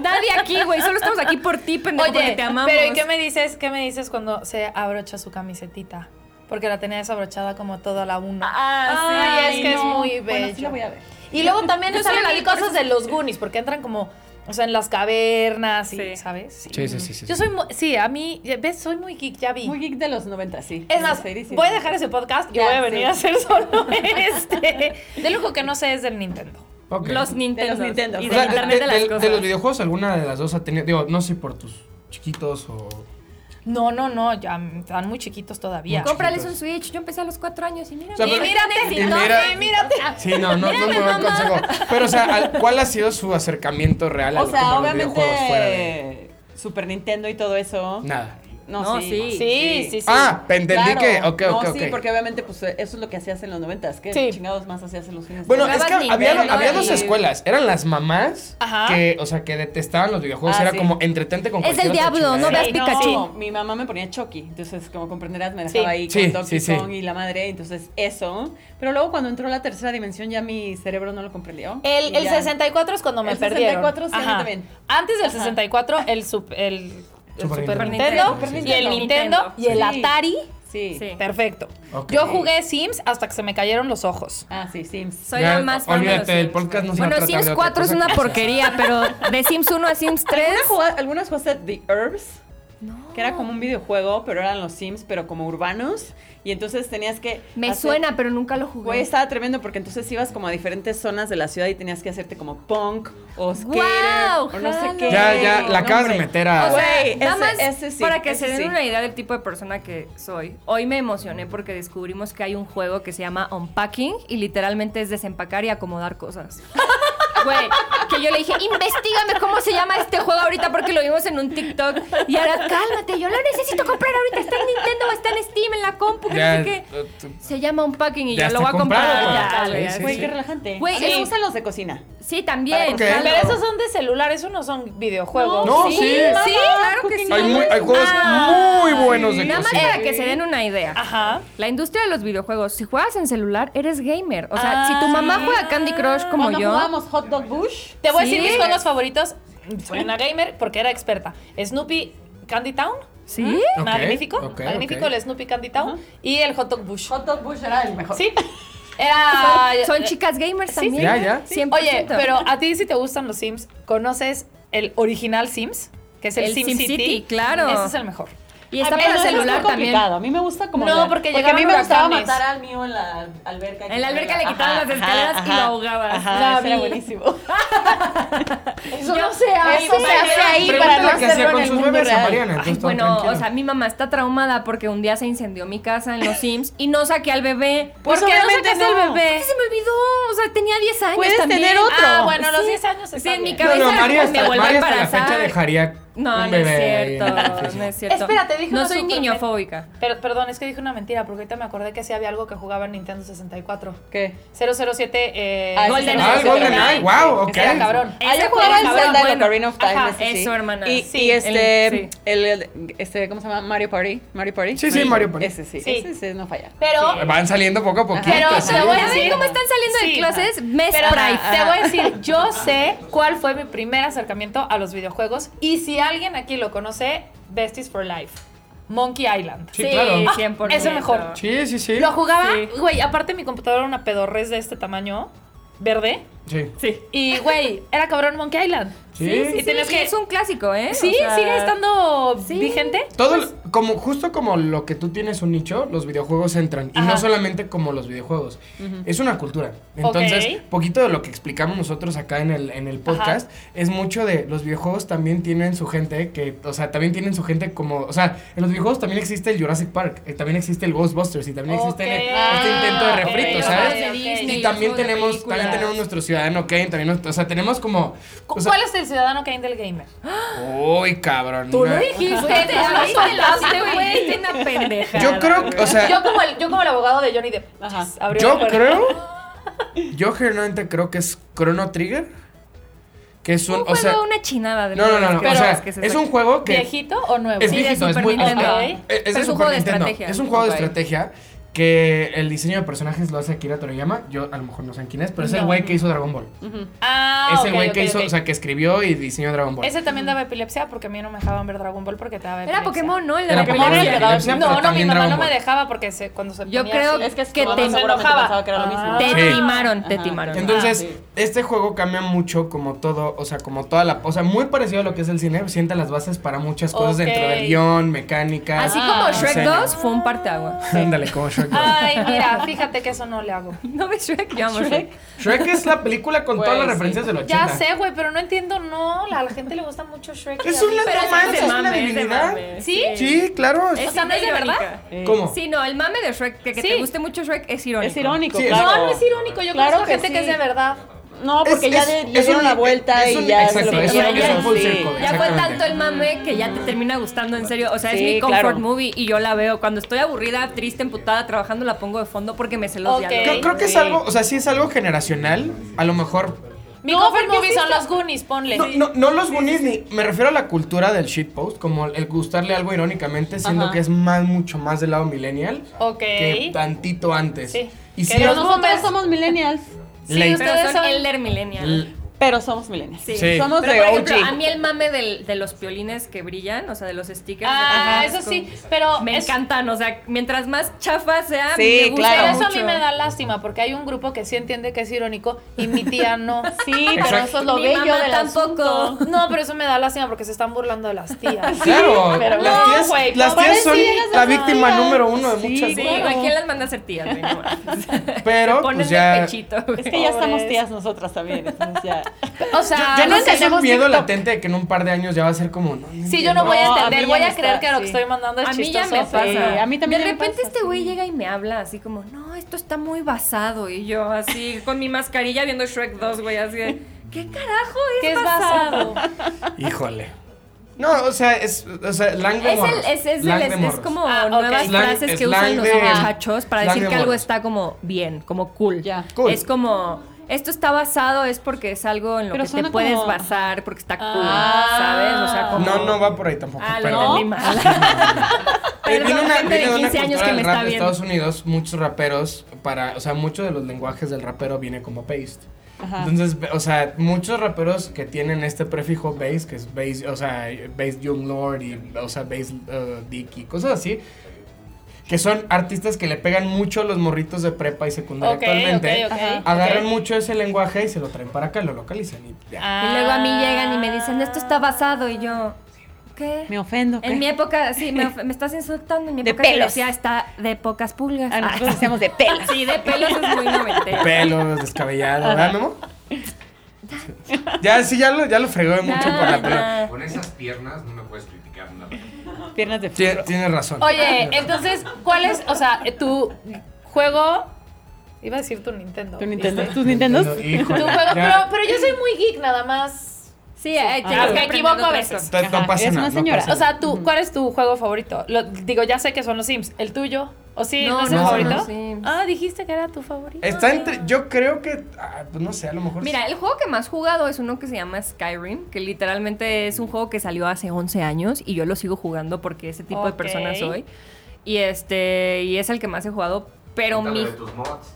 Speaker 4: Nadie aquí, güey. Solo estamos aquí por ti, pendejo, porque te amamos.
Speaker 7: Pero ¿y qué me dices? ¿Qué me dices cuando se abrocha su camisetita? Porque la tenía desabrochada como toda la una.
Speaker 4: Ah,
Speaker 7: Ay,
Speaker 4: sí.
Speaker 7: es que es
Speaker 6: no.
Speaker 7: muy
Speaker 6: Bueno, sí
Speaker 7: bello.
Speaker 6: la voy a ver.
Speaker 7: Y luego también
Speaker 4: Yo
Speaker 7: salen
Speaker 4: solo la
Speaker 7: ahí
Speaker 4: vi por
Speaker 7: cosas
Speaker 4: eso.
Speaker 7: de los Goonies, porque entran como, o sea, en las cavernas y,
Speaker 4: Sí.
Speaker 7: ¿sabes? Sí.
Speaker 3: Sí, sí, sí, sí.
Speaker 7: Yo soy muy, sí, a mí, ya ves, soy muy geek, ya vi.
Speaker 6: Muy geek de los 90, sí.
Speaker 7: es más,
Speaker 6: Sí, sí.
Speaker 7: voy a dejar ese podcast y
Speaker 6: Ya,
Speaker 7: voy a venir
Speaker 6: sí.
Speaker 7: a hacer solo este. De lo que no sé es del Nintendo.
Speaker 3: Ok.
Speaker 4: Los Nintendo.
Speaker 6: los Nintendo.
Speaker 4: Y
Speaker 3: O
Speaker 4: del
Speaker 3: sea,
Speaker 4: Internet de, las
Speaker 3: del-
Speaker 4: cosas.
Speaker 3: de los videojuegos, alguna de las dos ha tenido. Digo, no sé por tus chiquitos o.
Speaker 7: No, no, no, ya están muy chiquitos todavía.
Speaker 3: Muy
Speaker 4: Cómprales un Switch. Yo empecé a los cuatro años y mira.
Speaker 3: O sea,
Speaker 7: Y
Speaker 3: pero-
Speaker 7: mírate,
Speaker 3: y
Speaker 7: no,
Speaker 3: mira-
Speaker 7: y mírate.
Speaker 4: Ah.
Speaker 3: Sí, no, no, no me buen consejo. Pero, o sea, al- ¿cuál ha sido su acercamiento real a
Speaker 6: O
Speaker 3: lo- como
Speaker 6: sea,
Speaker 3: a los videojuegos fuera de-
Speaker 6: obviamente Super Nintendo y todo eso.
Speaker 3: Nada.
Speaker 6: No,
Speaker 4: No,
Speaker 6: sí.
Speaker 4: sí.
Speaker 7: Sí, sí, sí.
Speaker 3: Ah, entendí
Speaker 6: Claro.
Speaker 3: que. Ok,
Speaker 6: no,
Speaker 3: ok, ok.
Speaker 6: sí, porque obviamente pues eso es lo que hacías en los noventas. ¿Qué
Speaker 7: Sí.
Speaker 6: chingados más hacías en los fines? de
Speaker 3: Bueno,
Speaker 6: semana?
Speaker 3: es
Speaker 4: Jugabas
Speaker 3: que había,
Speaker 4: Nintendo
Speaker 3: había dos
Speaker 4: y-
Speaker 3: escuelas. Eran las mamás
Speaker 7: Ajá.
Speaker 3: que, o sea, que detestaban los videojuegos.
Speaker 6: Ah,
Speaker 3: Era
Speaker 6: sí.
Speaker 3: como entretente con
Speaker 4: Es el
Speaker 3: cualquier otra
Speaker 4: diablo, no
Speaker 3: chingadera.
Speaker 4: veas
Speaker 7: Sí, no.
Speaker 4: Pikachu.
Speaker 6: No, mi mamá me ponía Chucky, entonces como comprenderás me
Speaker 7: Sí.
Speaker 6: dejaba ahí
Speaker 3: Sí,
Speaker 6: con Donkey
Speaker 3: sí, sí.
Speaker 6: Kong y la madre, entonces eso. Pero luego cuando entró la tercera dimensión ya mi cerebro no lo comprendió.
Speaker 7: El,
Speaker 6: Y
Speaker 7: el
Speaker 6: ya.
Speaker 7: 64 es cuando me
Speaker 6: El
Speaker 7: perdieron.
Speaker 6: 64 sí, a mí
Speaker 7: Ajá.
Speaker 6: también.
Speaker 7: Antes del 64, el, sup- el, el
Speaker 3: Super
Speaker 7: Super,
Speaker 4: Nintendo.
Speaker 7: Nintendo,
Speaker 3: Super
Speaker 7: y el
Speaker 6: Nintendo.
Speaker 7: Nintendo y el
Speaker 6: Sí.
Speaker 7: Atari.
Speaker 6: Sí.
Speaker 4: Sí.
Speaker 7: Perfecto.
Speaker 3: Ok.
Speaker 7: Yo jugué Sims hasta que se me cayeron los ojos.
Speaker 6: Ah, sí, Sims.
Speaker 4: Soy
Speaker 3: Ya,
Speaker 4: la más fan de los
Speaker 3: olvídate, el
Speaker 4: Sims,
Speaker 3: podcast no
Speaker 4: güey.
Speaker 3: se va a
Speaker 4: Bueno,
Speaker 3: tratar de
Speaker 4: Sims
Speaker 3: otra
Speaker 4: 4 es
Speaker 3: cosa
Speaker 4: una
Speaker 3: que-
Speaker 4: porquería, pero de Sims 1 a Sims 3.
Speaker 6: ¿Alguna jugada- ¿Algunas jugaste The Herbs? Que era como un videojuego, pero eran los Sims, pero como urbanos. Y entonces tenías que.
Speaker 4: Me
Speaker 6: hacer-
Speaker 4: suena, pero nunca lo
Speaker 6: Güey,
Speaker 4: jugué.
Speaker 6: estaba tremendo porque entonces ibas como a diferentes zonas de la ciudad y tenías que hacerte como punk o skater
Speaker 4: ¡Guau!
Speaker 6: o no sé
Speaker 4: ¡Jalo!
Speaker 6: qué.
Speaker 3: Ya, ya, la
Speaker 6: No,
Speaker 3: acabas de
Speaker 6: hombre.
Speaker 3: meter a.
Speaker 4: O sea,
Speaker 6: Güey,
Speaker 4: nada
Speaker 6: ese-
Speaker 4: más
Speaker 6: ese sí,
Speaker 4: para que
Speaker 6: ese
Speaker 4: se den
Speaker 6: sí.
Speaker 4: una idea del tipo de persona que soy. Hoy me emocioné porque descubrimos que hay un juego que se llama Unpacking y literalmente es desempacar y acomodar cosas. Güey, que yo le dije, investigame cómo se llama este juego ahorita porque lo vimos en un TikTok. Y ahora, cálmate, yo lo necesito comprar ahorita. Está en Nintendo, está en Steam, en la compu, que
Speaker 3: ya,
Speaker 4: no sé qué.
Speaker 3: eh, tú-
Speaker 4: Se llama Unpacking y
Speaker 3: Ya
Speaker 4: yo
Speaker 3: está
Speaker 4: lo voy a comprar.
Speaker 3: comprado,
Speaker 4: Ya,
Speaker 3: sí,
Speaker 4: güey,
Speaker 3: sí,
Speaker 6: Güey,
Speaker 3: sí.
Speaker 6: qué relajante.
Speaker 4: Güey, eh,
Speaker 6: A mí
Speaker 4: sí.
Speaker 6: me gustan los de cocina.
Speaker 4: Sí, también.
Speaker 3: Ok.
Speaker 4: claro.
Speaker 7: Pero esos son de celular, esos no son videojuegos.
Speaker 3: No, sí. sí.
Speaker 7: mamá.
Speaker 4: Sí, claro que sí.
Speaker 3: Hay, muy- hay juegos
Speaker 7: Ah,
Speaker 3: muy buenos de
Speaker 4: Nada más
Speaker 3: cocina.
Speaker 4: para que se den una idea.
Speaker 7: Ajá.
Speaker 4: La industria de los videojuegos, si juegas en celular, eres gamer. O sea,
Speaker 7: Ah.
Speaker 4: si tu mamá juega Candy Crush como
Speaker 6: Cuando
Speaker 4: yo.
Speaker 6: jugábamos Hot Dog Bush.
Speaker 7: Te voy a
Speaker 4: Sí.
Speaker 7: decir mis juegos favoritos. Soy una gamer porque era experta. Snoopy Candy Town.
Speaker 4: ¿Sí?
Speaker 3: Ok,
Speaker 7: magnífico.
Speaker 3: ok,
Speaker 7: magnífico
Speaker 3: ok.
Speaker 7: el Snoopy Candy Town.
Speaker 6: Ajá.
Speaker 7: Y el Hot Dog Bush.
Speaker 6: Hot Dog Bush era el mejor.
Speaker 7: Sí. Era.
Speaker 4: Son
Speaker 6: eh,
Speaker 4: chicas gamers también.
Speaker 3: Ya, ya.
Speaker 4: 100%.
Speaker 7: Oye, pero a ti si te gustan los Sims, ¿conoces el original Sims? Que es el,
Speaker 4: El
Speaker 7: Sim,
Speaker 4: Sim
Speaker 7: City.
Speaker 4: City, claro.
Speaker 7: Ese es el mejor.
Speaker 4: Y está
Speaker 6: Ay,
Speaker 4: para
Speaker 6: pero eso es
Speaker 4: celular
Speaker 6: muy
Speaker 4: también.
Speaker 6: complicado. A mí me gusta como.
Speaker 7: No,
Speaker 6: la-
Speaker 7: porque
Speaker 6: a mí me
Speaker 7: llegaban
Speaker 6: gustaba
Speaker 7: huracanes.
Speaker 6: matar al mío en la alberca.
Speaker 4: En la alberca le quitaban las escaleras y lo ahogabas.
Speaker 6: Ajá, eso
Speaker 7: Gaby.
Speaker 6: era buenísimo.
Speaker 7: Eso no se hace.
Speaker 6: Eso se hace ahí para
Speaker 3: Pregúntale
Speaker 6: no
Speaker 3: qué hacía
Speaker 6: hacerlo
Speaker 3: con
Speaker 6: en el
Speaker 3: sus
Speaker 6: mundo
Speaker 3: bebés a Mariana.
Speaker 6: real.
Speaker 4: Ay,
Speaker 3: entonces todo
Speaker 4: bueno,
Speaker 3: tranquilo.
Speaker 4: o sea, mi mamá está traumada porque un día se incendió mi casa en los Sims y no saqué al bebé.
Speaker 6: Pues
Speaker 4: ¿Por qué no
Speaker 6: obviamente
Speaker 4: sacaste
Speaker 6: no.
Speaker 4: al bebé? Se me olvidó, o sea, tenía 10 años
Speaker 6: Puedes
Speaker 4: también.
Speaker 6: tener otro.
Speaker 7: Ah, bueno, a los
Speaker 4: Sí.
Speaker 7: 10 años
Speaker 4: Sí,
Speaker 7: está
Speaker 4: en mi
Speaker 7: bien.
Speaker 4: cabeza
Speaker 3: no, no,
Speaker 4: era
Speaker 3: María
Speaker 4: como,
Speaker 3: hasta,
Speaker 4: me vuelvo a
Speaker 3: María hasta la
Speaker 4: embarazar.
Speaker 3: fecha dejaría
Speaker 4: No,
Speaker 3: Un
Speaker 4: no es
Speaker 3: bebé ahí en
Speaker 4: cierto.
Speaker 3: el edificio.
Speaker 4: No es cierto.
Speaker 7: Espérate, dije
Speaker 4: No
Speaker 7: una
Speaker 4: soy
Speaker 7: supermen-
Speaker 4: niñofóbica.
Speaker 7: Pero, perdón, es que dije una mentira, porque ahorita me acordé que sí había algo que jugaba en Nintendo 64.
Speaker 6: ¿Qué?
Speaker 7: 007 eh,
Speaker 6: Ah, ese
Speaker 4: Golden
Speaker 6: sí.
Speaker 3: Ah,
Speaker 4: Eye.
Speaker 3: Golden Eye, wow, ok.
Speaker 7: Ese era cabrón.
Speaker 4: Ese
Speaker 6: Ah, yo
Speaker 4: juego
Speaker 6: jugaba el
Speaker 4: era
Speaker 6: Zelda
Speaker 4: bueno.
Speaker 6: en Ocarina of Time.
Speaker 7: Ajá,
Speaker 6: ese sí.
Speaker 4: eso, hermana.
Speaker 6: Y,
Speaker 4: Sí,
Speaker 6: y este,
Speaker 4: el- sí.
Speaker 6: el, el- este, ¿cómo se llama? Mario Party. Mario Party.
Speaker 3: Sí, sí, Mario Party.
Speaker 6: Ese sí,
Speaker 7: Sí.
Speaker 6: ese sí, no falla.
Speaker 7: Pero,
Speaker 3: Van saliendo poco a poquito.
Speaker 7: pero
Speaker 3: sí.
Speaker 7: te voy a
Speaker 4: ¿Ya ven
Speaker 7: decir...
Speaker 4: cómo están saliendo de clases? Mes
Speaker 7: Pero
Speaker 4: Pride.
Speaker 7: Te voy a decir, yo sé cuál fue mi primer acercamiento a los videojuegos y si alguien aquí lo conoce, Besties for Life. Monkey Island.
Speaker 3: Sí, claro.
Speaker 4: 100%.
Speaker 7: Ah, Es el mejor.
Speaker 3: Sí, sí, sí.
Speaker 7: Lo jugaba,
Speaker 4: Sí.
Speaker 7: güey, aparte mi computadora era una pedorrez de este tamaño, verde.
Speaker 3: Sí.
Speaker 4: Sí.
Speaker 7: Y, güey, era cabrón Monkey Island.
Speaker 3: Sí.
Speaker 7: Y tenías que-
Speaker 4: Es un clásico, ¿eh?
Speaker 7: Sí,
Speaker 4: O sea,
Speaker 7: sigue estando
Speaker 4: sí.
Speaker 7: vigente.
Speaker 3: Todo el- como justo como lo que tú tienes un nicho, los videojuegos entran y
Speaker 7: Ajá.
Speaker 3: no solamente como los videojuegos. Es una cultura. Entonces,
Speaker 7: Ok.
Speaker 3: poquito de lo que explicamos nosotros acá en el en el podcast es mucho de los videojuegos también tienen su gente que, o sea, también tienen su gente como, o sea, en los videojuegos también existe el Jurassic Park, eh, también existe el Ghostbusters y también existe el-
Speaker 7: Ok.
Speaker 3: este intento de
Speaker 7: Ah,
Speaker 3: refrito,
Speaker 7: ok,
Speaker 3: ¿sabes?
Speaker 7: ok, ok.
Speaker 3: Y también tenemos también
Speaker 7: películas.
Speaker 3: tenemos nuestro ciudadano Kane, también, nuestro- o sea, tenemos como o
Speaker 7: ¿Cu-
Speaker 3: sea-
Speaker 7: ¿Cuál es el ciudadano Kane del gamer?
Speaker 3: Uy, cabrón. una-
Speaker 4: Dijiste, te
Speaker 7: Ajá.
Speaker 4: lo soltaste, güey.
Speaker 7: Ajá.
Speaker 4: Es una pendeja.
Speaker 3: Yo creo, o sea,
Speaker 7: Yo como el, yo como el abogado de Johnny Depp.
Speaker 6: Ajá.
Speaker 7: Abrió la
Speaker 3: Yo
Speaker 7: puerta.
Speaker 3: creo. Yo generalmente creo que es Chrono Trigger. Que es un.
Speaker 4: Un
Speaker 3: o sea,
Speaker 4: juego, una chinada de
Speaker 3: no, no, no, no,
Speaker 4: que-
Speaker 3: O
Speaker 7: Pero
Speaker 3: sea,
Speaker 4: que se
Speaker 3: es
Speaker 4: saca.
Speaker 3: un juego que.
Speaker 7: ¿Viejito o nuevo?
Speaker 3: Es
Speaker 4: Sí, de
Speaker 3: viejito, es
Speaker 4: Super
Speaker 3: muy. o sea,
Speaker 4: Nintendo.
Speaker 3: es- es de
Speaker 4: Pero es un
Speaker 3: Super
Speaker 4: juego de
Speaker 3: Nintendo.
Speaker 4: estrategia.
Speaker 3: Es un juego
Speaker 6: Ok.
Speaker 3: de estrategia que el diseño de personajes lo hace Akira Toriyama. Yo a lo mejor no sé quién es, pero es el
Speaker 7: No.
Speaker 3: güey que hizo Dragon Ball.
Speaker 7: Ah,
Speaker 3: es
Speaker 7: ok,
Speaker 3: el güey
Speaker 7: ok,
Speaker 3: que hizo,
Speaker 7: ok.
Speaker 3: o sea, que escribió y diseñó Dragon Ball.
Speaker 7: Ese también daba epilepsia porque a mí no me dejaban ver Dragon Ball porque te daba
Speaker 4: Era
Speaker 7: epilepsia.
Speaker 4: Pokémon, ¿no? El de
Speaker 3: Era
Speaker 4: la
Speaker 3: Pokémon,
Speaker 4: película.
Speaker 3: el de la- epilepsia,
Speaker 7: no,
Speaker 3: pero
Speaker 7: no, mi
Speaker 3: también
Speaker 7: mamá no
Speaker 3: Dragon
Speaker 7: me
Speaker 3: Ball.
Speaker 7: dejaba porque se, cuando se
Speaker 4: Yo
Speaker 7: ponía
Speaker 4: creo
Speaker 7: así-
Speaker 4: Es que
Speaker 6: su
Speaker 4: te-
Speaker 6: mamá seguramente
Speaker 7: enojaba.
Speaker 6: pensaba que era lo mismo.
Speaker 7: Ah.
Speaker 4: Te
Speaker 3: Sí.
Speaker 4: timaron, te
Speaker 6: Ajá.
Speaker 4: timaron.
Speaker 3: Entonces,
Speaker 6: Ah, sí.
Speaker 3: este juego cambia mucho como todo, o sea, como toda la, o sea, muy parecido a lo que es el cine, sienta las bases para muchas cosas
Speaker 7: Ok.
Speaker 3: dentro del guión, mecánica.
Speaker 4: Así como Shrek
Speaker 3: diseño.
Speaker 4: 2 fue un parteagua.
Speaker 3: Ándale, como Shrek. dos.
Speaker 7: Ay, mira, fíjate que eso no le hago.
Speaker 4: ¿No ves Shrek? Yo amo Shrek.
Speaker 3: Shrek es la película con
Speaker 6: Güey,
Speaker 3: todas las
Speaker 6: sí.
Speaker 3: referencias del 80.
Speaker 7: Ya sé, güey, pero no entiendo, no. la- A la gente le gusta mucho Shrek. y
Speaker 3: Es
Speaker 7: a mí-
Speaker 3: una
Speaker 4: Pero
Speaker 3: broma,
Speaker 4: es
Speaker 3: es
Speaker 4: de
Speaker 3: una
Speaker 4: mame, es de
Speaker 3: debilidad.
Speaker 4: mame.
Speaker 7: ¿Sí?
Speaker 3: Sí, claro.
Speaker 7: O sea, ¿no es de
Speaker 4: irónica.
Speaker 7: verdad?
Speaker 3: ¿Cómo?
Speaker 4: Sí, no, el mame de Shrek, que, que
Speaker 7: Sí.
Speaker 4: te guste mucho Shrek, es irónico.
Speaker 6: Es irónico,
Speaker 3: Sí, es-
Speaker 6: claro.
Speaker 7: No, no es irónico. Yo
Speaker 6: Claro
Speaker 7: conozco
Speaker 6: que
Speaker 7: gente que es
Speaker 6: sí.
Speaker 7: de verdad.
Speaker 6: No, porque
Speaker 3: Es-
Speaker 6: ya
Speaker 3: es-
Speaker 6: le, le
Speaker 3: es
Speaker 6: dieron
Speaker 3: un-
Speaker 6: la vuelta
Speaker 3: es
Speaker 6: y
Speaker 3: un-
Speaker 6: ya se
Speaker 3: exacto,
Speaker 6: lo
Speaker 3: es
Speaker 4: un-
Speaker 6: cambiaron.
Speaker 4: es un full
Speaker 6: Sí.
Speaker 3: circle.
Speaker 4: Ya fue
Speaker 3: Exactamente.
Speaker 4: tanto el mame que ya te termina gustando, en serio. O sea,
Speaker 6: Sí,
Speaker 4: es mi comfort
Speaker 6: claro.
Speaker 4: movie y yo la veo. Cuando estoy aburrida, triste, emputada, trabajando, la pongo de fondo porque me sé los
Speaker 7: Ok.
Speaker 3: Creo,
Speaker 4: diálogos.
Speaker 3: creo que es
Speaker 6: Sí.
Speaker 3: algo, o sea, sí es algo generacional. A lo mejor.
Speaker 7: Mi
Speaker 6: No,
Speaker 7: comfort
Speaker 6: porque
Speaker 7: movie
Speaker 6: sí
Speaker 7: son
Speaker 6: está-
Speaker 7: los Goonies, ponle.
Speaker 3: No, no, no los Goonies ni. Me refiero a la cultura del shitpost, como el gustarle algo irónicamente, siendo
Speaker 6: Ajá.
Speaker 3: que es más, mucho más del lado millennial
Speaker 7: Ok.
Speaker 3: que tantito antes.
Speaker 7: Sí.
Speaker 3: Y
Speaker 7: Que
Speaker 3: sí, es-
Speaker 7: los
Speaker 6: Nosotros somos millennials,
Speaker 7: Sí,
Speaker 3: late.
Speaker 7: ustedes-
Speaker 4: Pero son
Speaker 7: son-
Speaker 4: elder millennial.
Speaker 3: L-
Speaker 6: pero somos millennials.
Speaker 4: Sí.
Speaker 3: Sí.
Speaker 6: Somos
Speaker 4: Pero,
Speaker 6: de
Speaker 4: por
Speaker 6: OG.
Speaker 4: ejemplo, a mí el mame del- de los piolines que brillan, o sea, de los stickers.
Speaker 7: Ah,
Speaker 4: Ajá,
Speaker 7: eso
Speaker 4: es
Speaker 7: sí.
Speaker 4: como-
Speaker 7: Pero
Speaker 4: Me
Speaker 7: es-
Speaker 4: encantan, o sea, mientras más chafa sea,
Speaker 6: Sí,
Speaker 4: me gusta
Speaker 6: claro.
Speaker 7: Pero eso a mí
Speaker 4: mucho.
Speaker 7: me da lástima porque hay un grupo que sí entiende que es irónico y mi tía no.
Speaker 6: Sí, pero
Speaker 3: Exacto.
Speaker 6: eso es lo
Speaker 4: Mi
Speaker 6: bello
Speaker 4: mamá
Speaker 6: del
Speaker 4: tampoco.
Speaker 6: asunto.
Speaker 7: No, pero eso me da lástima porque se están burlando de las tías.
Speaker 3: Claro,
Speaker 7: pero
Speaker 3: las
Speaker 7: no,
Speaker 3: tías,
Speaker 7: güey,
Speaker 3: las
Speaker 7: ¿cómo
Speaker 3: tías son
Speaker 7: eres? Sí, eres
Speaker 3: la
Speaker 7: una
Speaker 3: víctima
Speaker 7: tía.
Speaker 3: número uno de
Speaker 6: Sí,
Speaker 3: muchas
Speaker 4: Sí,
Speaker 6: Claro.
Speaker 4: ¿a quién las manda a ser tías? güey? No
Speaker 7: Pues
Speaker 4: mames.
Speaker 3: Pero,
Speaker 4: Ponen
Speaker 3: pues ya.
Speaker 4: de pechito, güey.
Speaker 6: Es que ya estamos
Speaker 7: Pobres.
Speaker 6: tías nosotras también, entonces ya.
Speaker 7: O
Speaker 4: Ah,
Speaker 7: sea,
Speaker 3: Yo no sé, es un
Speaker 7: entendemos
Speaker 3: miedo
Speaker 7: TikTok.
Speaker 3: latente de que en un par de años ya va a ser como. No,
Speaker 7: Sí, yo no voy a
Speaker 6: No, a
Speaker 7: entender,
Speaker 6: mí ya
Speaker 7: voy
Speaker 6: me
Speaker 7: a
Speaker 6: está-
Speaker 7: creer que lo que
Speaker 6: sí.
Speaker 7: estoy mandando es
Speaker 4: A mí ya
Speaker 7: chistoso.
Speaker 4: me
Speaker 7: sí.
Speaker 4: pasa.
Speaker 6: a mí también
Speaker 4: De
Speaker 6: ya me
Speaker 4: repente
Speaker 6: pasa,
Speaker 4: este
Speaker 6: sí.
Speaker 4: güey llega y me habla así como, no, esto está muy basado. Y yo así, con mi mascarilla viendo Shrek 2, güey, así de, ¿qué carajo es,
Speaker 7: ¿Qué es
Speaker 4: basado?
Speaker 7: basado?
Speaker 3: Híjole. No, o sea, es. O sea, slang de
Speaker 4: Es, el,
Speaker 3: morros,
Speaker 4: es, es,
Speaker 3: slang
Speaker 4: el-
Speaker 3: de
Speaker 4: es
Speaker 3: morros.
Speaker 4: como
Speaker 7: Ah, ok.
Speaker 4: nuevas
Speaker 3: Slang-
Speaker 4: frases que
Speaker 3: slang
Speaker 4: usan los
Speaker 3: de-
Speaker 4: muchachos para
Speaker 3: slang
Speaker 4: decir
Speaker 3: de
Speaker 4: que algo
Speaker 3: morros.
Speaker 4: está como bien, como cool.
Speaker 6: Ya.
Speaker 3: Cool.
Speaker 4: Es como, esto está basado es porque es algo en lo
Speaker 6: Pero
Speaker 4: que te
Speaker 6: suena
Speaker 4: puedes
Speaker 6: como-
Speaker 4: basar, porque está cool,
Speaker 6: Ah.
Speaker 4: ¿sabes? O sea, como...
Speaker 3: No, no va por ahí tampoco.
Speaker 4: Ah, lo
Speaker 3: perdón.
Speaker 4: entendí mal.
Speaker 3: Eh,
Speaker 4: Perdón, gente de 15 años
Speaker 3: cultura
Speaker 4: que me
Speaker 3: del
Speaker 4: está
Speaker 3: rap de
Speaker 4: viendo.
Speaker 3: Estados Unidos, muchos raperos, para, o sea, muchos de los lenguajes del rapero viene como paste.
Speaker 6: Ajá.
Speaker 3: Entonces, o sea, muchos raperos que tienen este prefijo bass, que es bass, o sea, bass Young Lord y, o sea, bass eh, Dick y cosas así, que son artistas que le pegan mucho a los morritos de prepa y secundaria
Speaker 7: Ok,
Speaker 3: actualmente.
Speaker 7: ok, ok.
Speaker 6: Ajá.
Speaker 3: Agarran
Speaker 7: ok.
Speaker 3: mucho ese lenguaje y se lo traen para acá, lo localizan y ya.
Speaker 7: Ah.
Speaker 4: Y luego a mí llegan y me dicen, esto está basado. Y yo, ¿qué?
Speaker 6: Me ofendo. ¿qué?
Speaker 4: En mi época, sí, me, of- me estás insultando. En mi
Speaker 6: De
Speaker 4: época la
Speaker 6: pelos.
Speaker 4: universidad está de pocas pulgas.
Speaker 6: A nosotros
Speaker 4: Ah,
Speaker 6: decíamos de pelas.
Speaker 4: sí, de pelos es muy noventero.
Speaker 3: Pelos, descabellado, ¿verdad, Memo? Ya, sí, ya lo, ya lo fregó mucho por la pelota.
Speaker 5: Con esas piernas no me puedes criticar nada.
Speaker 6: Piernas de
Speaker 3: Tie-
Speaker 6: fierro.
Speaker 3: Tienes razón.
Speaker 7: Oye, entonces, ¿cuál es, o sea, tu juego? Iba a decir tu Nintendo.
Speaker 6: ¿Tu Nintendo? ¿Tus Nintendos?
Speaker 3: Híjole,
Speaker 7: Tu juego,
Speaker 3: ya.
Speaker 7: pero, pero yo soy muy geek nada más.
Speaker 4: Sí, eh,
Speaker 6: Ah,
Speaker 4: tienes
Speaker 6: me
Speaker 4: aprender
Speaker 7: equivoco a
Speaker 4: otras
Speaker 7: veces.
Speaker 4: cosas.
Speaker 3: Entonces,
Speaker 6: Ajá,
Speaker 3: no pasa
Speaker 6: eres
Speaker 3: nada.
Speaker 6: una
Speaker 3: no
Speaker 6: señora.
Speaker 3: pasa
Speaker 7: O sea, tú, ¿cuál es tu juego favorito? Lo- digo, ya sé que son los Sims. ¿El tuyo? ¿O sí? ¿No,
Speaker 4: No,
Speaker 7: es el
Speaker 3: no,
Speaker 7: favorito?
Speaker 3: no,
Speaker 4: Sims.
Speaker 7: Ah, dijiste que era tu favorito.
Speaker 3: Está entre. Yo creo que. ah, pues no sé, a lo mejor.
Speaker 4: Mira, el juego que más jugado es uno que se llama Skyrim, que literalmente es un juego que salió hace 11 años y yo lo sigo jugando porque ese tipo de
Speaker 7: Ok.
Speaker 4: persona soy. Y este y es el que más he jugado, pero
Speaker 5: Cuéntame
Speaker 4: mi
Speaker 5: de tus mods.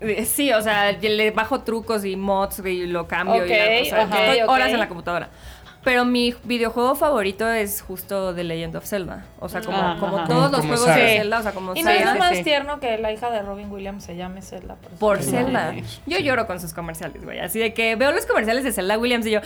Speaker 4: eh, sí, o sea, yo le bajo trucos y mods y lo cambio
Speaker 7: Ok,
Speaker 4: y la cosa.
Speaker 7: ajá,
Speaker 4: Estoy
Speaker 7: ok.
Speaker 4: horas en la computadora. Pero mi videojuego favorito es justo The Legend of Zelda, o sea, como,
Speaker 6: Ah,
Speaker 4: como
Speaker 6: ajá.
Speaker 4: todos los
Speaker 3: Como
Speaker 4: juegos
Speaker 3: saga.
Speaker 4: de Zelda, o sea, como
Speaker 7: Y no es
Speaker 4: saga.
Speaker 7: lo
Speaker 6: Sí,
Speaker 7: más
Speaker 6: sí.
Speaker 7: tierno que la hija de Robin Williams se llame Zelda. Por, eso.
Speaker 4: Por
Speaker 6: Sí.
Speaker 4: Zelda.
Speaker 6: Sí.
Speaker 4: Yo lloro con sus comerciales, güey. Así de que veo los comerciales de Zelda Williams y yo.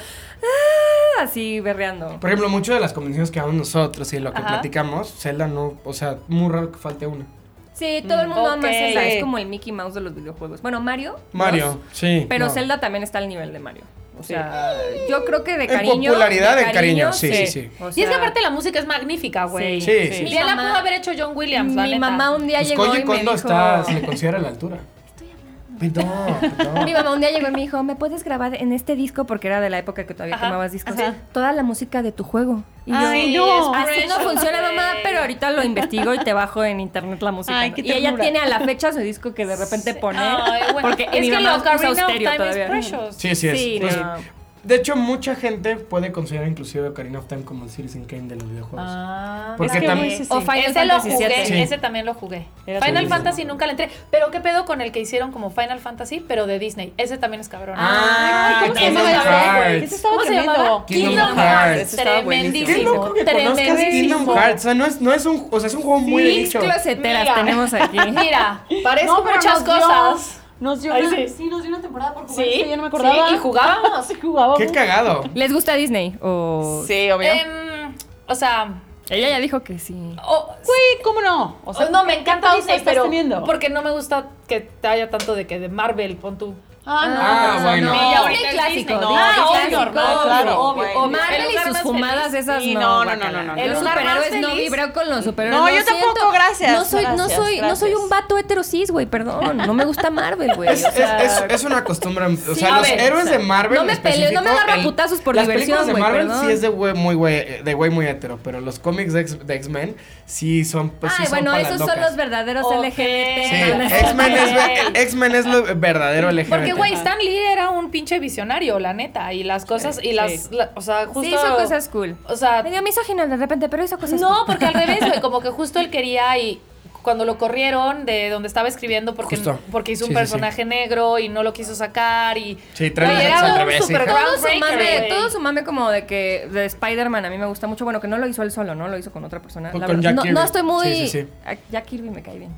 Speaker 4: "Ah", así berreando.
Speaker 3: Por ejemplo, muchas de las convenciones que damos nosotros y lo que
Speaker 7: Ajá.
Speaker 3: platicamos, Zelda no. O sea, muy raro que falte una. Mm.
Speaker 4: Sí, todo el mundo ama
Speaker 7: ok.
Speaker 4: Zelda.
Speaker 6: Sí.
Speaker 4: Es como el Mickey Mouse de los videojuegos. Bueno, Mario.
Speaker 3: Mario,
Speaker 4: ¿no?
Speaker 3: sí.
Speaker 4: Pero
Speaker 3: no.
Speaker 4: Zelda también está al nivel de Mario. O sea, yo creo que de
Speaker 3: En
Speaker 4: cariño.
Speaker 3: popularidad, en cariño, sí, sí, sí.
Speaker 4: O
Speaker 7: y es que
Speaker 4: sea,
Speaker 7: aparte la música es magnífica, güey.
Speaker 3: Sí, sí.
Speaker 4: Mi
Speaker 7: Ya la
Speaker 4: mamá-
Speaker 7: pudo haber hecho John Williams, la
Speaker 4: Mi
Speaker 7: neta.
Speaker 4: mamá un día
Speaker 3: Pues
Speaker 4: llegó
Speaker 3: Koji
Speaker 4: y me
Speaker 3: Kondo
Speaker 4: dijo.
Speaker 3: está, se le considera a la altura. Estoy hablando. Perdón,
Speaker 4: Mi mamá un día llegó y me dijo, ¿me puedes grabar en este disco? Porque era de la época que todavía
Speaker 7: Ajá,
Speaker 4: quemabas discos.
Speaker 6: ajá.
Speaker 4: Toda la música de tu juego. Y yo,
Speaker 6: Ay,
Speaker 7: Sí,
Speaker 6: no.
Speaker 7: es
Speaker 4: Así no
Speaker 7: precious,
Speaker 4: funciona,
Speaker 7: güey.
Speaker 4: mamá, pero ahorita lo investigo y te bajo en internet la música.
Speaker 6: Ay,
Speaker 4: ¿no?
Speaker 6: qué
Speaker 4: y ella
Speaker 6: ternura.
Speaker 4: tiene a la fecha su disco que de repente pone.
Speaker 7: Ay, güey.
Speaker 4: Porque
Speaker 7: es
Speaker 4: mi
Speaker 7: que
Speaker 4: mamá
Speaker 7: la
Speaker 4: usa
Speaker 7: Ocarina of
Speaker 4: estéreo
Speaker 7: Time
Speaker 4: todavía.
Speaker 7: is precious.
Speaker 3: Sí, sí es.
Speaker 4: Sí,
Speaker 3: Pues,
Speaker 4: no.
Speaker 3: De hecho, mucha gente puede considerar inclusive Ocarina of Time como el Citizen Kane de los videojuegos.
Speaker 7: Ah,
Speaker 3: Pues, Porque
Speaker 7: mira.
Speaker 3: también-
Speaker 6: ese sí.
Speaker 4: O Final
Speaker 7: ese lo
Speaker 4: Fantasy
Speaker 7: jugué,
Speaker 4: VII.
Speaker 3: Sí.
Speaker 7: ese también lo jugué.
Speaker 6: Era
Speaker 7: Final
Speaker 3: tu-
Speaker 7: Fantasy nunca le entré. Pero qué pedo con el que hicieron como Final Fantasy, pero de Disney. Ese también es cabrón.
Speaker 3: Ah,
Speaker 6: ¿Cómo se
Speaker 7: Kingdom
Speaker 6: llamaba
Speaker 7: Hearts.
Speaker 6: ese? Ese estaba
Speaker 7: ¿Cómo se
Speaker 6: tremendo.
Speaker 7: llamaba?
Speaker 3: Kingdom Hearts.
Speaker 6: Ese estaba
Speaker 7: Tremendísimo.
Speaker 3: Qué loco que conozcas Kingdom
Speaker 7: Tremendísimo.
Speaker 3: Hearts. O sea, no es, no es un, o sea, es un juego muy de
Speaker 4: Mix
Speaker 3: nicho.
Speaker 4: closeteras
Speaker 7: Mira.
Speaker 4: tenemos aquí.
Speaker 7: Mira, parezco
Speaker 6: No, pero
Speaker 7: muchas
Speaker 6: nos dio-
Speaker 7: cosas.
Speaker 6: Nos dio,
Speaker 7: Ay,
Speaker 6: una, sí.
Speaker 7: sí.
Speaker 6: nos dio una temporada por jugar.
Speaker 7: Sí,
Speaker 6: que yo no me acordaba.
Speaker 7: sí, y jugábamos.
Speaker 6: Sí, jugábamos.
Speaker 3: Qué cagado.
Speaker 4: ¿Les gusta Disney? O...
Speaker 6: Sí, obvio.
Speaker 7: Em, o sea,
Speaker 4: Ella ya dijo que sí.
Speaker 7: o-
Speaker 6: Güey, ¿cómo no? O
Speaker 7: o Oh, no, me encanta
Speaker 6: ¿cuánto
Speaker 7: Disney,
Speaker 6: estás
Speaker 7: pero
Speaker 6: teniendo?
Speaker 7: porque no me gusta que te haya tanto de que de Marvel, pon tú.
Speaker 3: Ah, bueno.
Speaker 7: no.
Speaker 4: Disney
Speaker 7: Ahorita es
Speaker 4: clásico.
Speaker 7: Disney,
Speaker 4: Disney
Speaker 7: no.
Speaker 6: Ah,
Speaker 4: clásico.
Speaker 6: obvio, no, claro, güey.
Speaker 4: Marvel
Speaker 7: El
Speaker 4: y
Speaker 7: lugar
Speaker 4: sus
Speaker 7: más
Speaker 4: fumadas
Speaker 7: feliz.
Speaker 4: esas
Speaker 6: Sí,
Speaker 4: no.
Speaker 6: no, no,
Speaker 4: guácala.
Speaker 6: no, no, no.
Speaker 4: Los
Speaker 6: El lugar
Speaker 4: superhéroes
Speaker 7: más
Speaker 4: no
Speaker 7: feliz.
Speaker 4: vibro con los superhéroes.
Speaker 6: No, yo tampoco, gracias,
Speaker 4: No soy, no
Speaker 6: gracias,
Speaker 4: soy, no soy
Speaker 6: gracias.
Speaker 4: un vato heterosís, güey, perdón. No me gusta Marvel, güey.
Speaker 3: Es,
Speaker 4: o sea,
Speaker 3: es- es- es una costumbre. O sea,
Speaker 7: a
Speaker 3: los
Speaker 7: ver,
Speaker 3: héroes
Speaker 7: o sea,
Speaker 3: de Marvel.
Speaker 4: no me
Speaker 3: en
Speaker 4: peleo, no me
Speaker 3: específico,
Speaker 4: agarro a
Speaker 3: el-
Speaker 4: putazos por
Speaker 3: las
Speaker 4: diversión,
Speaker 3: películas de
Speaker 4: güey,
Speaker 3: Marvel
Speaker 4: perdón.
Speaker 3: sí es de güey muy güey, de güey muy hétero, pero los cómics de X- de X-Men sí son pues, sí
Speaker 4: Ay,
Speaker 3: son
Speaker 4: bueno,
Speaker 3: para
Speaker 4: esos
Speaker 3: locas.
Speaker 4: son los verdaderos
Speaker 7: Ok.
Speaker 4: LGBT.
Speaker 3: Sí,
Speaker 7: Ah, no.
Speaker 3: X-Men es, ve- X-Men es lo verdadero LGBT.
Speaker 7: Porque, güey, Stan Lee era un pinche visionario, la neta. Y las cosas, y las.
Speaker 6: sí.
Speaker 7: la- o sea, justo.
Speaker 4: Sí, hizo cosas cool.
Speaker 7: O sea.
Speaker 4: Medio misógino de repente, pero hizo cosas
Speaker 7: No,
Speaker 4: cool.
Speaker 7: porque al revés, güey. Como que justo él quería y. Cuando lo corrieron de donde estaba escribiendo porque,
Speaker 3: Justo.
Speaker 7: porque hizo un
Speaker 3: Sí, sí, sí.
Speaker 7: personaje negro y no lo quiso sacar y
Speaker 3: Sí, trae
Speaker 7: Güey,
Speaker 3: las
Speaker 7: era
Speaker 3: al
Speaker 7: un
Speaker 3: revés,
Speaker 7: super
Speaker 3: hija.
Speaker 4: todo su
Speaker 7: groundbreaker,
Speaker 4: mame,
Speaker 7: güey.
Speaker 4: todo su mame como de que de Spider-Man a mí me gusta mucho, bueno, que no lo hizo él solo, no lo hizo con otra persona.
Speaker 3: Pues
Speaker 4: la
Speaker 3: con
Speaker 4: verdad.
Speaker 3: Jack
Speaker 4: no,
Speaker 3: Kirby.
Speaker 4: no estoy muy
Speaker 3: Sí, sí, sí.
Speaker 4: Ah, Jack Kirby me cae bien.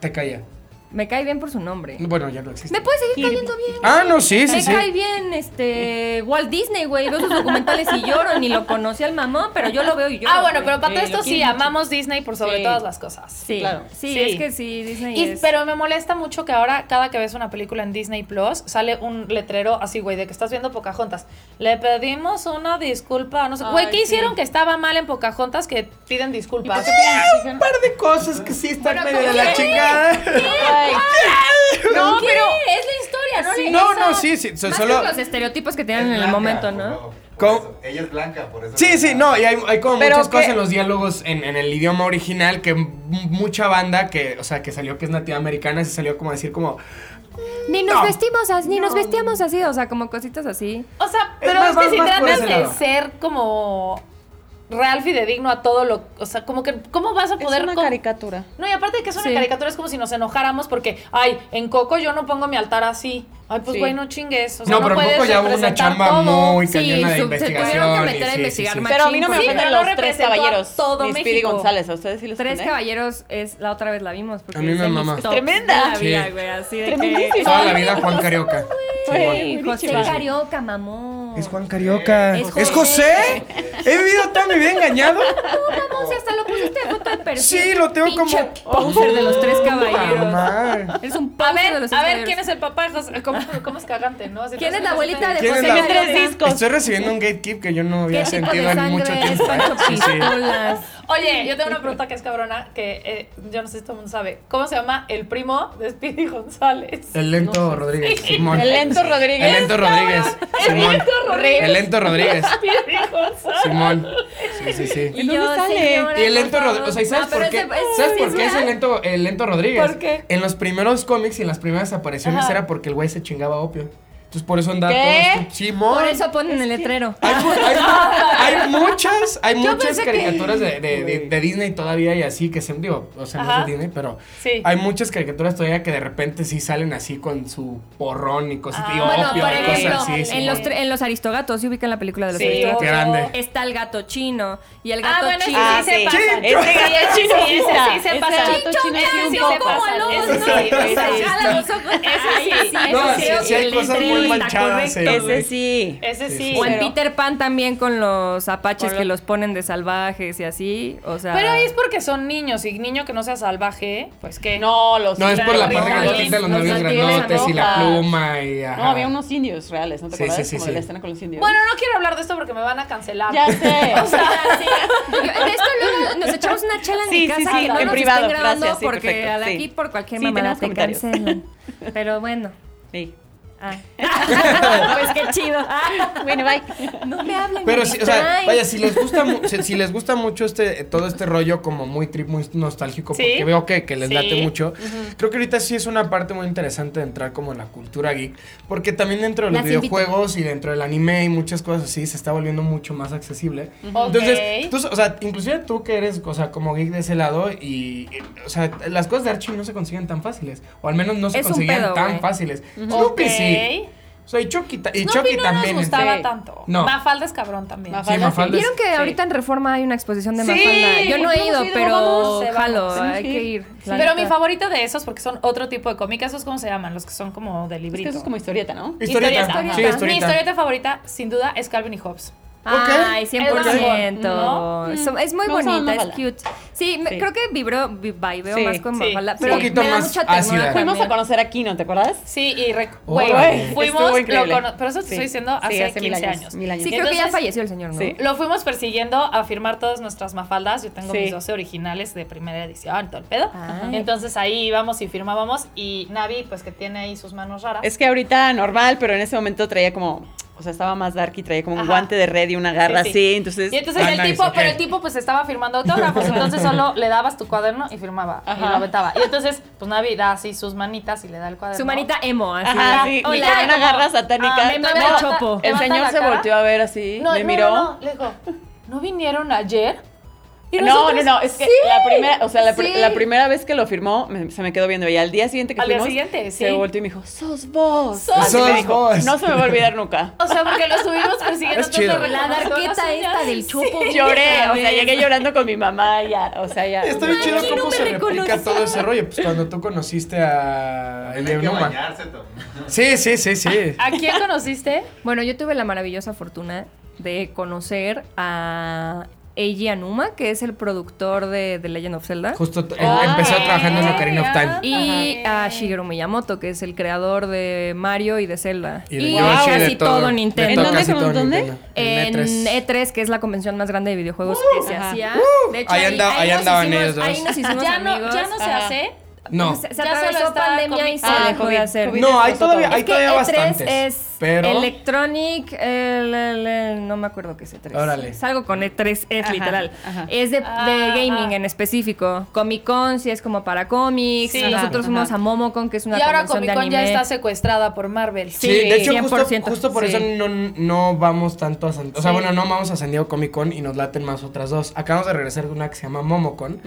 Speaker 3: Te caía.
Speaker 4: Me cae bien por su nombre.
Speaker 3: Bueno, ya no existe.
Speaker 4: Me puede seguir cayendo bien.
Speaker 3: Ah, no, sí, sí,
Speaker 4: Me
Speaker 3: sí.
Speaker 4: cae bien este Walt Disney, güey. Veo sus documentales y lloro, ni lo conocí al mamón, pero yo lo veo y lloro.
Speaker 7: Ah, bueno,
Speaker 4: güey.
Speaker 7: pero
Speaker 6: Sí,
Speaker 7: para todo
Speaker 6: lo
Speaker 7: esto sí,
Speaker 6: quiero mucho.
Speaker 7: amamos Disney por sobre
Speaker 6: Sí.
Speaker 7: todas las cosas.
Speaker 4: Sí,
Speaker 6: claro.
Speaker 4: sí,
Speaker 7: Sí.
Speaker 4: es que sí, Disney
Speaker 7: Y-
Speaker 4: es...
Speaker 7: pero me molesta mucho que ahora cada que ves una película en Disney Plus sale un letrero así, güey, de que estás viendo Pocahontas. Le pedimos una disculpa, no sé, güey,
Speaker 6: Ay,
Speaker 7: ¿qué
Speaker 6: sí.
Speaker 7: hicieron que estaba mal en Pocahontas que piden disculpas?
Speaker 3: Un par de cosas que sí están medio de la
Speaker 4: ¿qué?
Speaker 3: chingada.
Speaker 6: Ay,
Speaker 4: No, pero... Es la historia, ¿no? Le-
Speaker 3: No,
Speaker 4: esa-
Speaker 3: no, sí, sí. so-
Speaker 4: Más
Speaker 3: solo.
Speaker 4: que los estereotipos que
Speaker 5: Es
Speaker 4: tienen en el
Speaker 5: blanca,
Speaker 4: momento,
Speaker 5: por
Speaker 4: ¿no?
Speaker 5: favor, por
Speaker 3: ¿Cómo?
Speaker 5: eso. Ella es blanca, por eso.
Speaker 3: Sí, sí, no, y hay, hay como
Speaker 6: Pero
Speaker 3: muchas
Speaker 6: que-
Speaker 3: cosas en los diálogos en, en el idioma original que m- mucha banda que, o sea, que salió que es nativa americana, se salió como a decir como,
Speaker 4: Ni nos
Speaker 3: No.
Speaker 4: vestimos así, ni nos vestíamos así, o sea, como cositas así.
Speaker 7: O sea,
Speaker 3: Es
Speaker 7: pero
Speaker 3: más,
Speaker 7: es, que
Speaker 3: más,
Speaker 7: si
Speaker 3: más por
Speaker 7: tratas
Speaker 3: ese
Speaker 7: de
Speaker 3: lado.
Speaker 7: ser como real fidedigno a todo lo, o sea, como que ¿cómo vas a poder
Speaker 6: es una
Speaker 7: con-
Speaker 6: caricatura.
Speaker 7: No, y aparte de que es una
Speaker 4: Sí.
Speaker 7: caricatura, es como si nos enojáramos porque, ay, en Coco yo no pongo mi altar así. Ay, pues
Speaker 6: Sí.
Speaker 7: güey, no chingues. O sea,
Speaker 3: no,
Speaker 7: no,
Speaker 3: pero
Speaker 7: puedes
Speaker 3: poco ya hubo una
Speaker 7: representar
Speaker 3: chamba
Speaker 7: todo.
Speaker 3: muy
Speaker 4: Sí,
Speaker 3: cañona de
Speaker 4: sub- se tuvieron que
Speaker 3: investigación.
Speaker 4: meter a
Speaker 3: y sí, sí,
Speaker 4: investigar
Speaker 3: sí.
Speaker 4: más.
Speaker 6: Pero a mí no me
Speaker 4: Sí,
Speaker 6: ofenden
Speaker 7: pero no
Speaker 6: los tres
Speaker 7: representó
Speaker 6: caballeros.
Speaker 7: todo
Speaker 6: ni Speedy
Speaker 7: México.
Speaker 6: González, a ustedes sí les
Speaker 4: Tres
Speaker 6: ofende?
Speaker 4: caballeros es la otra vez la vimos. Porque
Speaker 3: A mí me
Speaker 4: es de mis
Speaker 3: mama.
Speaker 4: tops
Speaker 6: Tremenda.
Speaker 4: de la vida,
Speaker 3: Sí.
Speaker 4: güey, así de que-
Speaker 6: Tremendísimo.
Speaker 3: Toda la vida Juan Carioca.
Speaker 6: Güey,
Speaker 4: Ay, José
Speaker 6: buenísimo.
Speaker 4: Carioca, mamón.
Speaker 3: Es Juan Carioca.
Speaker 4: Es
Speaker 3: ¿Es José? ¿He vivido tan bien engañado?
Speaker 4: Mamón, si hasta lo pusiste de foto un perfil.
Speaker 3: Sí, lo tengo
Speaker 4: pinche
Speaker 3: como- Oh,
Speaker 4: poser de los tres caballeros.
Speaker 3: Mamá.
Speaker 4: Pues Es un
Speaker 7: A
Speaker 4: poser de
Speaker 7: ver,
Speaker 4: los tres
Speaker 7: a ver
Speaker 4: caballeros.
Speaker 7: quién es el papá. José- ¿Cómo, cómo es cagante, no?
Speaker 4: ¿Quién es la abuelita de
Speaker 3: ¿Quién es
Speaker 4: José
Speaker 3: la-
Speaker 6: Tiene tres
Speaker 4: Madero?
Speaker 6: discos.
Speaker 3: Estoy recibiendo un gatekeep que yo no
Speaker 4: ¿Qué
Speaker 3: había
Speaker 4: tipo de
Speaker 3: sentido en mucho
Speaker 4: sangre es
Speaker 3: tiempo. ¿eh?
Speaker 4: Pancho
Speaker 3: Sí, sí.
Speaker 4: Pistolas?
Speaker 7: Oye, yo tengo una pregunta que es cabrona, que eh, yo no sé si todo el mundo sabe. ¿Cómo se llama el primo de Speedy González?
Speaker 3: El lento Rodríguez, Simón.
Speaker 6: El lento Rodríguez.
Speaker 3: El lento Rodríguez, Simón. El lento Rodríguez,
Speaker 7: Speedy González.
Speaker 3: Simón. Sí, sí, sí.
Speaker 6: ¿Y dónde sale?
Speaker 4: señora,
Speaker 3: Y el lento
Speaker 4: por favor.
Speaker 3: Rodríguez, o sea, ¿y ¿sabes
Speaker 4: No,
Speaker 3: por
Speaker 4: pero
Speaker 3: qué?
Speaker 4: ese- ese
Speaker 3: ¿Sabes
Speaker 4: sí
Speaker 3: por qué es el
Speaker 4: real.
Speaker 3: lento, el lento Rodríguez?
Speaker 7: ¿Por qué?
Speaker 3: En los primeros cómics y en las primeras apariciones
Speaker 7: Ajá.
Speaker 3: era porque el güey se chingaba opio. Entonces por eso andaba
Speaker 6: ¿Qué?
Speaker 3: todo esto- Simón.
Speaker 4: Por eso ponen el letrero.
Speaker 3: Hay, mu- hay mu- hay muchas, hay muchas
Speaker 7: pensé que-
Speaker 3: caricaturas de, de- de- de Disney todavía y así que se digo, o sea, no
Speaker 7: Ajá.
Speaker 3: es de Disney, pero
Speaker 7: Sí.
Speaker 3: hay muchas caricaturas todavía que de repente sí salen así con su porrón y cosas y
Speaker 7: Ah,
Speaker 4: Bueno,
Speaker 3: opio
Speaker 4: por
Speaker 3: y
Speaker 4: ejemplo,
Speaker 3: cosas así.
Speaker 4: en,
Speaker 3: Simón.
Speaker 4: los, tre- en los Aristogatos, se ubica en la película de los
Speaker 7: Sí,
Speaker 4: Aristogatos.
Speaker 3: Qué grande.
Speaker 4: Está el gato chino y el gato
Speaker 7: Ah, bueno,
Speaker 4: chino.
Speaker 6: Ah,
Speaker 7: ese sí se
Speaker 6: sí.
Speaker 7: pasa.
Speaker 6: Ese gato
Speaker 7: Sí,
Speaker 6: chino
Speaker 7: ese sí se
Speaker 6: Ese
Speaker 7: pasa.
Speaker 6: gato
Speaker 3: Eh,
Speaker 6: chino
Speaker 7: Ese
Speaker 6: sí
Speaker 7: sí
Speaker 6: un
Speaker 7: se
Speaker 6: poco.
Speaker 7: pasa.
Speaker 4: ¿no?
Speaker 7: Ese
Speaker 4: ¿no?
Speaker 7: sí,
Speaker 4: O
Speaker 7: ese
Speaker 4: sea,
Speaker 7: sí.
Speaker 4: jala los ojos. Ay,
Speaker 7: sí.
Speaker 3: No,
Speaker 4: eso
Speaker 3: sí, sí hay
Speaker 4: el
Speaker 3: cosas
Speaker 4: letrero
Speaker 3: muy
Speaker 4: está
Speaker 3: manchadas.
Speaker 4: correcto.
Speaker 3: eh,
Speaker 6: Ese
Speaker 3: güey.
Speaker 6: sí.
Speaker 7: Ese
Speaker 3: Sí,
Speaker 7: sí.
Speaker 3: sí.
Speaker 4: O en
Speaker 7: pero-
Speaker 4: Peter Pan también con los apaches
Speaker 6: Con lo-
Speaker 4: que los ponen de salvajes y así. O sea.
Speaker 7: Pero es porque son niños y niño que no sea salvaje, pues que
Speaker 6: No, los
Speaker 3: No, es por la
Speaker 7: Los
Speaker 3: parte que
Speaker 7: labios,
Speaker 3: le pintan los
Speaker 7: los
Speaker 3: labios
Speaker 7: labios
Speaker 3: grandotes y la
Speaker 6: rojas.
Speaker 3: pluma y ajá.
Speaker 6: No, había unos indios reales, ¿no te
Speaker 3: Sí,
Speaker 6: acuerdas?
Speaker 3: sí, sí,
Speaker 6: Como
Speaker 3: sí.
Speaker 6: de la escena con los indios.
Speaker 7: Bueno, no quiero hablar de esto porque me van a cancelar.
Speaker 6: ya sé.
Speaker 7: O sea, sí.
Speaker 4: Yo- de esto luego nos echamos una chela en
Speaker 6: Sí,
Speaker 4: mi
Speaker 6: sí,
Speaker 4: casa
Speaker 6: sí,
Speaker 4: que
Speaker 6: en
Speaker 4: no nos
Speaker 6: privado,
Speaker 4: estén grabando
Speaker 6: gracias, sí,
Speaker 4: porque
Speaker 6: perfecto,
Speaker 4: a la-
Speaker 6: sí.
Speaker 4: aquí por cualquier
Speaker 6: Sí,
Speaker 4: mamada
Speaker 6: tenemos
Speaker 4: te
Speaker 6: comentarios.
Speaker 4: cancelan. Pero bueno.
Speaker 6: Sí.
Speaker 4: Ah. pues qué chido. Ah,
Speaker 6: Bueno, bye.
Speaker 4: no me hablen.
Speaker 3: Pero
Speaker 4: me
Speaker 3: sí, o sea,
Speaker 4: distraen.
Speaker 3: vaya, si les gusta, mu- si, si les gusta mucho este, todo este rollo como muy trip, muy nostálgico,
Speaker 7: Sí.
Speaker 3: porque veo que, que les
Speaker 7: Sí.
Speaker 3: late mucho, creo que ahorita sí es una parte muy interesante de entrar como en la cultura geek, porque también dentro de los
Speaker 4: Las invito.
Speaker 3: videojuegos y dentro del anime y muchas cosas así, se está volviendo mucho más accesible.
Speaker 7: Ok.
Speaker 3: Entonces, tú, o sea, inclusive tú que eres, o sea, como geek de ese lado y, eh, o sea, las cosas de Archie no se consiguen tan fáciles, o al menos no se
Speaker 4: Es un
Speaker 3: conseguían
Speaker 4: pedo,
Speaker 3: tan
Speaker 4: güey.
Speaker 3: fáciles. Creo que sí.
Speaker 7: Ok.
Speaker 3: O sea, y Chucky, ta- y
Speaker 7: Snoopy
Speaker 3: Chucky
Speaker 7: no
Speaker 3: también.
Speaker 7: nos
Speaker 3: este-
Speaker 7: gustaba
Speaker 6: sí.
Speaker 7: tanto.
Speaker 3: No.
Speaker 7: Mafalda es cabrón también.
Speaker 6: Mafalda.
Speaker 3: Sí, Mafalda es-
Speaker 4: ¿Vieron que ahorita en Reforma hay una exposición de
Speaker 7: Sí,
Speaker 4: Mafalda? Yo no he
Speaker 6: hemos
Speaker 4: ido,
Speaker 6: ido,
Speaker 4: pero
Speaker 6: vamos.
Speaker 7: Se va,
Speaker 4: jalo,
Speaker 7: vamos.
Speaker 4: hay
Speaker 6: Sí.
Speaker 4: que ir. la neta.
Speaker 7: Pero mi favorito de esos, porque son otro tipo de cómica, ¿esos cómo se llaman? Los que son como de
Speaker 6: Es que
Speaker 7: librito.
Speaker 6: eso es como historieta, ¿no?
Speaker 3: Historieta.
Speaker 7: Historieta.
Speaker 3: Sí, historieta.
Speaker 7: Mi historieta favorita, sin duda, es Calvin y Hobbes.
Speaker 4: Ay,
Speaker 3: Ok.
Speaker 4: 100%.
Speaker 7: ¿No?
Speaker 4: So- es muy
Speaker 6: Me gusta más
Speaker 4: bonita, es
Speaker 6: Mafalda.
Speaker 4: cute. Sí, me-
Speaker 6: Sí.
Speaker 4: creo que vibró, vi- vibreo
Speaker 6: Sí,
Speaker 4: más con
Speaker 7: sí,
Speaker 4: Mafalda,
Speaker 7: sí.
Speaker 4: pero
Speaker 3: Un poquito
Speaker 4: me da
Speaker 3: más
Speaker 4: mucha ternura
Speaker 3: ácida.
Speaker 6: Fuimos a
Speaker 4: también.
Speaker 6: conocer a Kino, ¿te acuerdas?
Speaker 7: Sí, y rec-
Speaker 3: Órale.
Speaker 7: güey,
Speaker 3: Güey,
Speaker 7: fuimos,
Speaker 6: estuvo
Speaker 7: lo
Speaker 6: increíble.
Speaker 7: cono- pero eso te
Speaker 6: Sí.
Speaker 7: estoy diciendo hace,
Speaker 6: Sí,
Speaker 7: 15 años.
Speaker 6: Mil años.
Speaker 4: Sí, creo que ya
Speaker 7: Entonces-
Speaker 4: falleció el señor, ¿no?
Speaker 6: Sí.
Speaker 7: Lo fuimos persiguiendo a firmar todas nuestras mafaldas. Yo tengo
Speaker 6: Sí. Ah.
Speaker 7: mis 12 originales de primera edición, todo el pedo.
Speaker 4: Ay.
Speaker 7: Entonces ahí íbamos y firmábamos. Y Navi, pues que tiene ahí sus manos raras.
Speaker 6: Es que ahorita normal, pero en ese momento traía como, o sea, estaba más dark y traía como un
Speaker 7: Ajá.
Speaker 6: guante de red y una garra
Speaker 7: Sí, sí.
Speaker 6: así, entonces...
Speaker 7: y entonces
Speaker 3: Ah,
Speaker 7: el
Speaker 3: nice,
Speaker 7: tipo,
Speaker 3: ok.
Speaker 7: pero el tipo pues estaba firmando autógrafos, entonces solo le dabas tu cuaderno y firmaba y
Speaker 6: Ajá.
Speaker 7: lo aventaba. Y entonces, pues Navi da así sus manitas y le da el cuaderno.
Speaker 4: Su manita emo, así.
Speaker 6: Ajá, sí,
Speaker 7: Hola,
Speaker 6: mi con una
Speaker 7: como-
Speaker 6: garra satánica.
Speaker 7: Ah, me- me-
Speaker 4: me
Speaker 6: No,
Speaker 4: chopo.
Speaker 6: El
Speaker 7: Levanta la
Speaker 6: señor se
Speaker 7: cara.
Speaker 6: volteó a ver así,
Speaker 7: No,
Speaker 6: me
Speaker 7: no,
Speaker 6: miró.
Speaker 7: No, no, le digo, ¿no vinieron ayer? Y
Speaker 6: No, no,
Speaker 7: nosotros,
Speaker 6: no, es que
Speaker 7: "Sí".
Speaker 6: la primera, o sea, la, pr-
Speaker 7: sí.
Speaker 6: la primera vez que lo firmó, me- se me quedó viendo y al día siguiente que
Speaker 7: Al día
Speaker 6: fuimos,
Speaker 7: siguiente,
Speaker 6: se
Speaker 7: sí.
Speaker 6: volteó y me dijo, "Sos vos."
Speaker 7: Sos
Speaker 6: Así me
Speaker 3: vos.
Speaker 6: dijo, No se me va a olvidar nunca.
Speaker 7: O sea, porque lo estuvimos persiguiendo.
Speaker 3: Es
Speaker 7: entonces
Speaker 3: chido.
Speaker 7: lo
Speaker 4: La
Speaker 7: reconozco,
Speaker 4: darqueta
Speaker 7: las
Speaker 4: esta
Speaker 7: uñas.
Speaker 4: del chupo.
Speaker 6: Lloré, o sea, llegué llorando con mi mamá ya, o sea, ya.
Speaker 3: Está bien
Speaker 4: Ay,
Speaker 3: chido
Speaker 4: no
Speaker 3: cómo
Speaker 4: me
Speaker 3: se replica
Speaker 4: reconoció.
Speaker 3: todo ese rollo. Pues cuando tú conociste a
Speaker 5: Hay que
Speaker 3: Eleonuma.
Speaker 5: bañarse, Tom.
Speaker 3: Sí, sí, sí, sí.
Speaker 7: ¿A quién conociste?
Speaker 4: Bueno, yo tuve la maravillosa fortuna de conocer a Eiji Anuma, que es el productor de The Legend of Zelda.
Speaker 3: Justo em-
Speaker 6: Ah,
Speaker 3: empezó trabajando en
Speaker 7: ok.
Speaker 3: Ocarina of Time.
Speaker 4: Y
Speaker 7: Ajá.
Speaker 4: a Shigeru Miyamoto, que es el creador de Mario y de Zelda.
Speaker 3: Y de
Speaker 6: Yoshi,
Speaker 4: casi
Speaker 3: de todo,
Speaker 4: todo,
Speaker 3: de todo,
Speaker 4: Nintendo.
Speaker 6: ¿En dónde?
Speaker 3: casi todo
Speaker 6: ¿En dónde?
Speaker 3: Nintendo. E
Speaker 4: En E
Speaker 3: E3.
Speaker 4: E3, que es la convención más grande de videojuegos que se
Speaker 6: Ajá.
Speaker 4: hacía. De hecho,
Speaker 3: Uh, Ahí anda- ahí
Speaker 4: nos
Speaker 3: andaban
Speaker 4: hicimos-
Speaker 3: ellos dos.
Speaker 4: Ahí nos hicimos
Speaker 7: Ya no,
Speaker 4: amigos.
Speaker 7: ya no se
Speaker 6: Ajá.
Speaker 7: hace.
Speaker 3: No.
Speaker 4: se, se
Speaker 7: Ya solo
Speaker 4: atravesó
Speaker 7: está
Speaker 4: pandemia y
Speaker 7: COVID.
Speaker 4: se
Speaker 6: Ah,
Speaker 4: dejó
Speaker 6: COVID,
Speaker 4: de hacer.
Speaker 6: COVID.
Speaker 3: No, hay todavía,
Speaker 6: Es
Speaker 3: hay
Speaker 4: Es que
Speaker 3: todavía
Speaker 4: E3
Speaker 3: bastantes.
Speaker 4: es
Speaker 3: pero
Speaker 4: Electronic, el- el- el- no me acuerdo qué es E3.
Speaker 3: Órale.
Speaker 4: Es algo con E3, es
Speaker 6: Ajá,
Speaker 4: literal.
Speaker 6: ajá.
Speaker 4: Es de, de
Speaker 7: Ah,
Speaker 4: gaming
Speaker 7: ajá.
Speaker 4: en específico. Comic Con sí es como para cómics.
Speaker 7: Sí.
Speaker 4: Nosotros
Speaker 6: Ajá,
Speaker 4: fuimos
Speaker 6: ajá.
Speaker 4: a Momocon, que es una
Speaker 7: Y ahora
Speaker 4: convención
Speaker 7: Comic
Speaker 4: de
Speaker 7: Con ya
Speaker 4: anime.
Speaker 7: está secuestrada por Marvel.
Speaker 3: Sí, de hecho, justo,
Speaker 4: 100%.
Speaker 3: justo por
Speaker 4: Sí.
Speaker 3: eso no, no vamos tanto a San O sea,
Speaker 7: Sí.
Speaker 3: bueno, no vamos a San Diego Comic Con y nos laten más otras dos. Acabamos de regresar de una que se llama Momocon.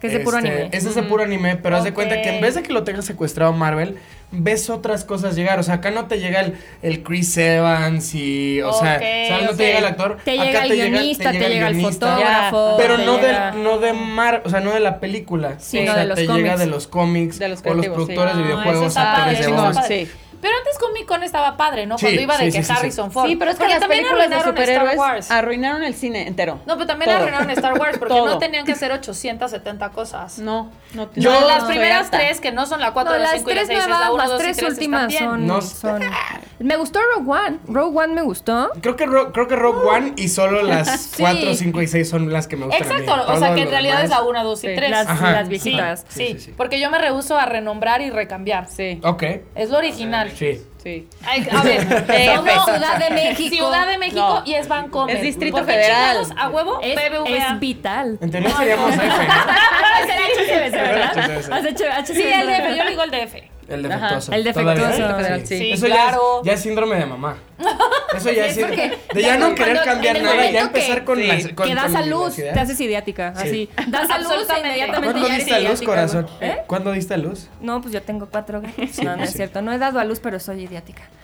Speaker 4: Que es de puro
Speaker 3: Este,
Speaker 4: anime.
Speaker 3: Ese es de puro anime, pero haz de
Speaker 7: Ok.
Speaker 3: cuenta que en vez de que lo tengas secuestrado Marvel, ves otras cosas llegar. O sea, acá no te llega el, el Chris Evans y. O sea,
Speaker 7: Ok,
Speaker 3: o sea, no
Speaker 7: ok.
Speaker 3: te llega el actor.
Speaker 4: Te
Speaker 3: acá
Speaker 4: llega el guionista, te llega el
Speaker 3: guionista.
Speaker 4: fotógrafo.
Speaker 3: Pero
Speaker 4: te
Speaker 3: no
Speaker 4: llega-
Speaker 3: de, no de Mar, o sea, no de la película.
Speaker 4: Sí,
Speaker 3: o
Speaker 4: no
Speaker 3: sea,
Speaker 4: de los
Speaker 3: te llega
Speaker 4: cómics.
Speaker 3: de los cómics,
Speaker 6: De los
Speaker 3: o los
Speaker 6: creativos, sí.
Speaker 3: productores de
Speaker 6: Ah,
Speaker 7: eso
Speaker 3: videojuegos,
Speaker 7: está
Speaker 3: actores
Speaker 7: padre,
Speaker 3: de
Speaker 7: eso está
Speaker 3: voz.
Speaker 7: padre.
Speaker 6: Sí.
Speaker 7: Pero antes Comic Con estaba padre, ¿no?
Speaker 3: Sí,
Speaker 7: Cuando iba de
Speaker 3: sí,
Speaker 7: que
Speaker 3: sí, sí,
Speaker 7: Harrison Ford.
Speaker 6: Sí, pero es que
Speaker 7: Porque
Speaker 6: las
Speaker 7: también
Speaker 6: películas de
Speaker 7: arruinaron Star
Speaker 6: superhéroes
Speaker 7: Wars.
Speaker 6: arruinaron el cine entero.
Speaker 7: No, pero también
Speaker 6: Todo.
Speaker 7: arruinaron Star Wars porque
Speaker 6: Todo.
Speaker 7: no tenían que hacer 870 cosas.
Speaker 6: No, no te-
Speaker 7: Yo,
Speaker 6: no,
Speaker 7: las
Speaker 6: no,
Speaker 7: primeras
Speaker 6: estoy harta.
Speaker 7: tres, que no son la 4,
Speaker 4: No,
Speaker 7: la
Speaker 4: las
Speaker 7: 5 y la
Speaker 4: tres
Speaker 7: 6, es
Speaker 4: nuevas,
Speaker 7: la 1,
Speaker 4: las
Speaker 7: 2 y
Speaker 4: tres
Speaker 7: 3 están
Speaker 4: últimas
Speaker 7: bien.
Speaker 4: son,
Speaker 3: No sé.
Speaker 4: son. Me gustó Rogue One. Rogue One me gustó.
Speaker 3: Creo que, Ro- creo que Rock One y solo las 4, 5 y 6 son las que me gustan. a mí.
Speaker 7: Exacto, o
Speaker 3: Todo
Speaker 7: sea que en
Speaker 3: lo
Speaker 7: realidad
Speaker 3: demás-
Speaker 7: es la 1, 2 y
Speaker 6: Sí,
Speaker 7: 3.
Speaker 4: las-
Speaker 3: Ajá. las
Speaker 4: viejitas.
Speaker 7: Sí,
Speaker 3: Sí, sí, sí.
Speaker 7: porque yo me rehuso a renombrar y recambiar.
Speaker 6: Sí,
Speaker 3: Ok,
Speaker 7: Es lo original.
Speaker 3: sí.
Speaker 6: sí.
Speaker 7: Ay, a ver,
Speaker 6: F.
Speaker 7: somos
Speaker 4: Ciudad de México.
Speaker 7: Ciudad de México
Speaker 6: No.
Speaker 7: y es Bancomer.
Speaker 6: Es Distrito
Speaker 7: Porque
Speaker 6: Federal.
Speaker 7: chingados, A huevo,
Speaker 2: Es,
Speaker 7: BBVA.
Speaker 2: es vital.
Speaker 3: En teoría seríamos F, ¿no?
Speaker 7: Ah,
Speaker 2: HCBC, ¿verdad?
Speaker 3: HCBC.
Speaker 2: Has hecho HCBC,
Speaker 7: Sí, el DF,
Speaker 2: ¿verdad?
Speaker 7: yo digo el DF.
Speaker 3: El
Speaker 6: Ajá,
Speaker 3: defectuoso.
Speaker 2: el
Speaker 3: Todavía.
Speaker 2: defectuoso.
Speaker 6: Federal, sí.
Speaker 7: Sí,
Speaker 3: Eso ya es-
Speaker 7: claro.
Speaker 3: ya, es, síndrome de mamá. Eso ya es
Speaker 4: Sí, porque
Speaker 3: síndrome. De ya no
Speaker 4: cuando-
Speaker 3: querer cambiar
Speaker 4: en el
Speaker 3: nada, ya
Speaker 4: momento
Speaker 3: empezar
Speaker 4: que-
Speaker 3: con la.
Speaker 4: sí,
Speaker 3: con-
Speaker 2: que das
Speaker 3: con
Speaker 2: a
Speaker 3: la
Speaker 2: luz,
Speaker 3: universidad.
Speaker 2: te haces idiática.
Speaker 3: Sí.
Speaker 2: Así. Das a luz e
Speaker 7: Absolutamente.
Speaker 2: inmediatamente
Speaker 3: ¿Cuándo
Speaker 2: ya eres
Speaker 3: diste a luz,
Speaker 2: idiática,
Speaker 3: corazón?
Speaker 2: güey. ¿Eh?
Speaker 3: ¿Cuándo diste a luz?
Speaker 4: No, pues yo tengo cuatro gatos.
Speaker 3: Sí,
Speaker 4: no, no
Speaker 3: pues
Speaker 4: es
Speaker 3: sí.
Speaker 4: cierto. No he dado a luz, pero soy idiática.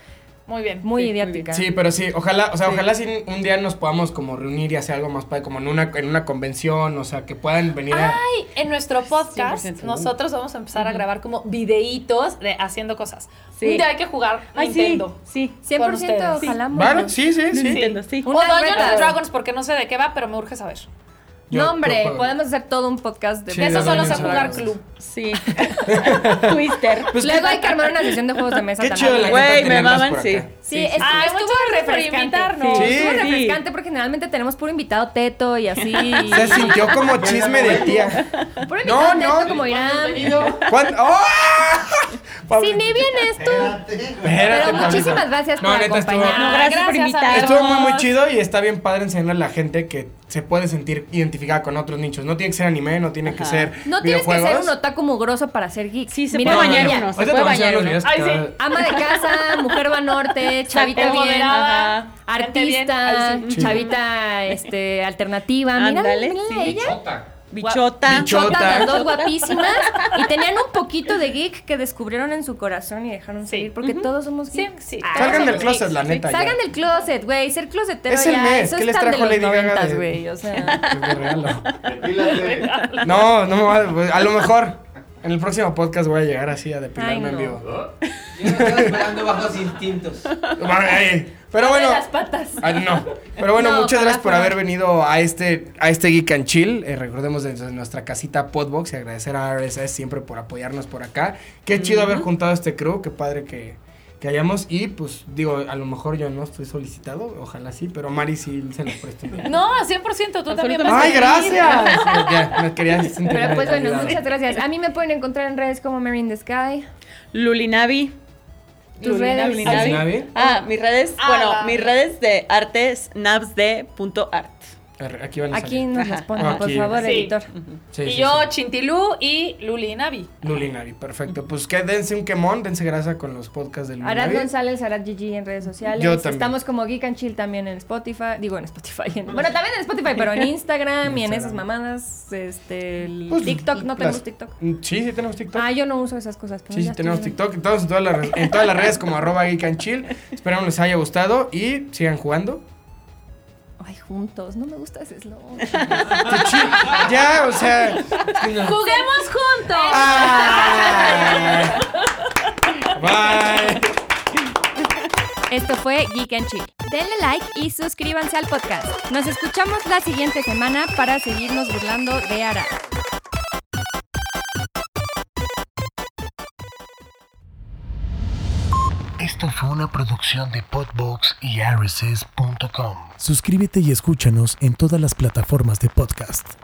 Speaker 7: Muy bien.
Speaker 4: Muy
Speaker 6: Sí, muy
Speaker 4: idiática.
Speaker 3: Sí, pero sí, ojalá, o sea, ojalá si un día nos podamos como reunir y hacer algo más padre, como en una, en una convención, o sea, que puedan venir a...
Speaker 7: Ay, en nuestro podcast,
Speaker 6: 100%.
Speaker 7: nosotros vamos a empezar a grabar como videitos de haciendo cosas.
Speaker 6: Sí.
Speaker 7: Un día hay que jugar
Speaker 6: Ay, sí,
Speaker 7: Nintendo.
Speaker 6: sí.
Speaker 4: 100%
Speaker 7: ustedes.
Speaker 4: ojalá
Speaker 3: Bueno, sí, sí, sí.
Speaker 6: Nintendo, sí.
Speaker 7: O
Speaker 4: Unas
Speaker 7: Dungeons and
Speaker 4: retas.
Speaker 7: Dragons, porque no sé de qué va, pero me urge saber.
Speaker 3: Yo-
Speaker 4: no, hombre,
Speaker 3: yo juego.
Speaker 4: podemos hacer todo un podcast de
Speaker 3: Sí,
Speaker 7: de eso
Speaker 3: de
Speaker 7: solo
Speaker 3: Dungeons and
Speaker 7: sé jugar
Speaker 3: Dragons.
Speaker 7: club.
Speaker 6: Sí. Twister.
Speaker 3: Pues
Speaker 4: Luego
Speaker 3: qué-
Speaker 4: hay que armar una sesión de juegos de mesa
Speaker 3: Qué
Speaker 4: también.
Speaker 3: chido la
Speaker 6: Güey,
Speaker 3: gente
Speaker 6: me
Speaker 3: tenerlas
Speaker 6: maman,
Speaker 3: por acá.
Speaker 6: sí.
Speaker 4: Sí, es,
Speaker 7: Ay,
Speaker 4: estuvo
Speaker 7: muchas gracias por
Speaker 4: refrescante.
Speaker 7: invitarnos.
Speaker 6: Sí,
Speaker 4: estuvo
Speaker 3: sí.
Speaker 4: refrescante porque generalmente tenemos puro invitado teto y así.
Speaker 3: Se sintió como chisme de tía.
Speaker 4: Puro
Speaker 3: No,
Speaker 4: invitado teto
Speaker 3: no.
Speaker 4: como Irán.
Speaker 3: ¿Cuándo? ¡Ah!
Speaker 4: Si ni vienes tú.
Speaker 3: Espérate,
Speaker 4: Pero muchísimas
Speaker 3: Pablito.
Speaker 4: gracias
Speaker 3: No,
Speaker 4: por
Speaker 3: neta, estuvo-
Speaker 4: acompañarnos.
Speaker 6: No, gracias por
Speaker 7: Gracias,
Speaker 6: invitarnos.
Speaker 3: Estuvo muy muy chido y está bien padre enseñar a la gente que se puede sentir identificada con otros nichos. No tiene que ser anime, no tiene que
Speaker 6: Ajá.
Speaker 3: ser
Speaker 4: No tienes que ser
Speaker 3: videojuegos.
Speaker 4: un otaku mugroso para ser geek.
Speaker 6: Sí, se
Speaker 4: Mira,
Speaker 6: puede bañar
Speaker 4: ella.
Speaker 6: uno, se
Speaker 3: Ahorita
Speaker 6: puede
Speaker 3: te voy a enseñar
Speaker 6: bañar
Speaker 3: los
Speaker 6: uno.
Speaker 3: videos que
Speaker 7: Ay, sí.
Speaker 3: estaba-
Speaker 4: Ama de casa, mujer va norte, chavita
Speaker 7: Exacto.
Speaker 4: bien,
Speaker 7: Moderada,
Speaker 4: ajá,
Speaker 7: gente bien,
Speaker 4: artista,
Speaker 7: ay,
Speaker 3: sí.
Speaker 4: chavita este, alternativa. Mira,
Speaker 6: Ándale,
Speaker 4: mira
Speaker 6: sí.
Speaker 4: ella.
Speaker 5: Chota.
Speaker 6: Bichota.
Speaker 3: Bichota.
Speaker 4: Chotas, las dos guapísimas. Y tenían un poquito de geek que descubrieron en su corazón y dejaron
Speaker 7: Sí.
Speaker 4: salir. Porque todos somos
Speaker 7: Sí,
Speaker 4: geeks.
Speaker 7: sí.
Speaker 4: Ah,
Speaker 3: Salgan del
Speaker 7: Sí,
Speaker 3: closet,
Speaker 7: sí,
Speaker 3: la neta.
Speaker 4: Salgan
Speaker 3: ya.
Speaker 4: del closet, güey. Ser closetero
Speaker 3: Es el
Speaker 4: ya.
Speaker 3: mes.
Speaker 4: Eso
Speaker 3: ¿Qué les
Speaker 4: están
Speaker 3: trajo
Speaker 4: de los
Speaker 3: Lady Gaga
Speaker 4: noventas,
Speaker 3: de-
Speaker 4: güey. O sea.
Speaker 3: Te regalo.
Speaker 5: Depílate.
Speaker 3: No, no me va a, pues, a lo mejor en el próximo podcast voy a llegar así a depilarme
Speaker 4: Ay, no.
Speaker 3: en vivo.
Speaker 8: Yo me estaba esperando bajos instintos.
Speaker 3: Ay, Pero
Speaker 7: Abre
Speaker 3: bueno,
Speaker 7: las patas.
Speaker 3: Ah, no. Pero bueno,
Speaker 4: No,
Speaker 3: muchas gracias
Speaker 4: ojalá
Speaker 3: por
Speaker 4: fuera.
Speaker 3: haber venido a este a este Geek and Chill. Eh, recordemos desde nuestra casita Podbox y agradecer a RSS siempre por apoyarnos por acá. Qué chido haber juntado este crew, qué padre que que hayamos y pues digo, a lo mejor yo no estoy solicitado, ojalá sí, pero Mari sí se los presto.
Speaker 7: No, 100%, tú también vas a
Speaker 3: Ay,
Speaker 7: venir.
Speaker 3: gracias. Ya, me quería sentir
Speaker 4: Pero pues bueno,
Speaker 3: validado.
Speaker 4: muchas gracias. A mí me pueden encontrar en redes como Mary in the Sky.
Speaker 6: Lulinavi.
Speaker 4: Tus redes.
Speaker 6: Lulinavi.
Speaker 3: Lulinavi.
Speaker 6: Ah, mis redes.
Speaker 7: Ah,
Speaker 6: Bueno,
Speaker 7: la-
Speaker 6: mis redes de artes navsd.art.
Speaker 3: A ver, Aquí van a
Speaker 4: Aquí
Speaker 3: salir.
Speaker 4: nos las ponen,
Speaker 3: Ajá.
Speaker 4: por
Speaker 3: Aquí.
Speaker 4: favor,
Speaker 7: Sí.
Speaker 4: editor.
Speaker 3: Sí,
Speaker 7: Y
Speaker 3: sí,
Speaker 7: yo,
Speaker 3: sí.
Speaker 7: Chintilú y Luli y Navi.
Speaker 3: Lulinari, perfecto. Pues que dense un quemón, dense grasa con los podcasts de
Speaker 4: Arad
Speaker 3: Lulinari.
Speaker 4: González, Arad Gigi en redes sociales.
Speaker 3: Yo también.
Speaker 4: Estamos como Geek and Chill también en Spotify. Digo, en Spotify. en- bueno, también en Spotify, pero en Instagram y en
Speaker 3: Instagram.
Speaker 4: esas mamadas. Este, el
Speaker 3: Pues,
Speaker 4: TikTok, no
Speaker 3: las-
Speaker 4: tenemos TikTok.
Speaker 3: Mm, Sí, sí tenemos TikTok.
Speaker 4: Ah, yo no uso esas cosas. pero
Speaker 3: sí, sí
Speaker 4: ya
Speaker 3: tenemos
Speaker 4: estoy-
Speaker 3: TikTok. Estamos en todas las, re- en todas las redes como arroba geek and chill. Esperamos les haya gustado y sigan jugando.
Speaker 4: Ay, juntos. No me gusta ese slogan.
Speaker 3: Qué chido. Ya, o sea.
Speaker 7: ¡Juguemos juntos!
Speaker 3: Ah. Bye.
Speaker 2: Esto fue Geek and Chill. Denle like y suscríbanse al podcast. Nos escuchamos la siguiente semana para seguirnos burlando de Ara.
Speaker 1: Esto fue una producción de Podbox y RSS.com.
Speaker 9: Suscríbete y escúchanos en todas las plataformas de podcast.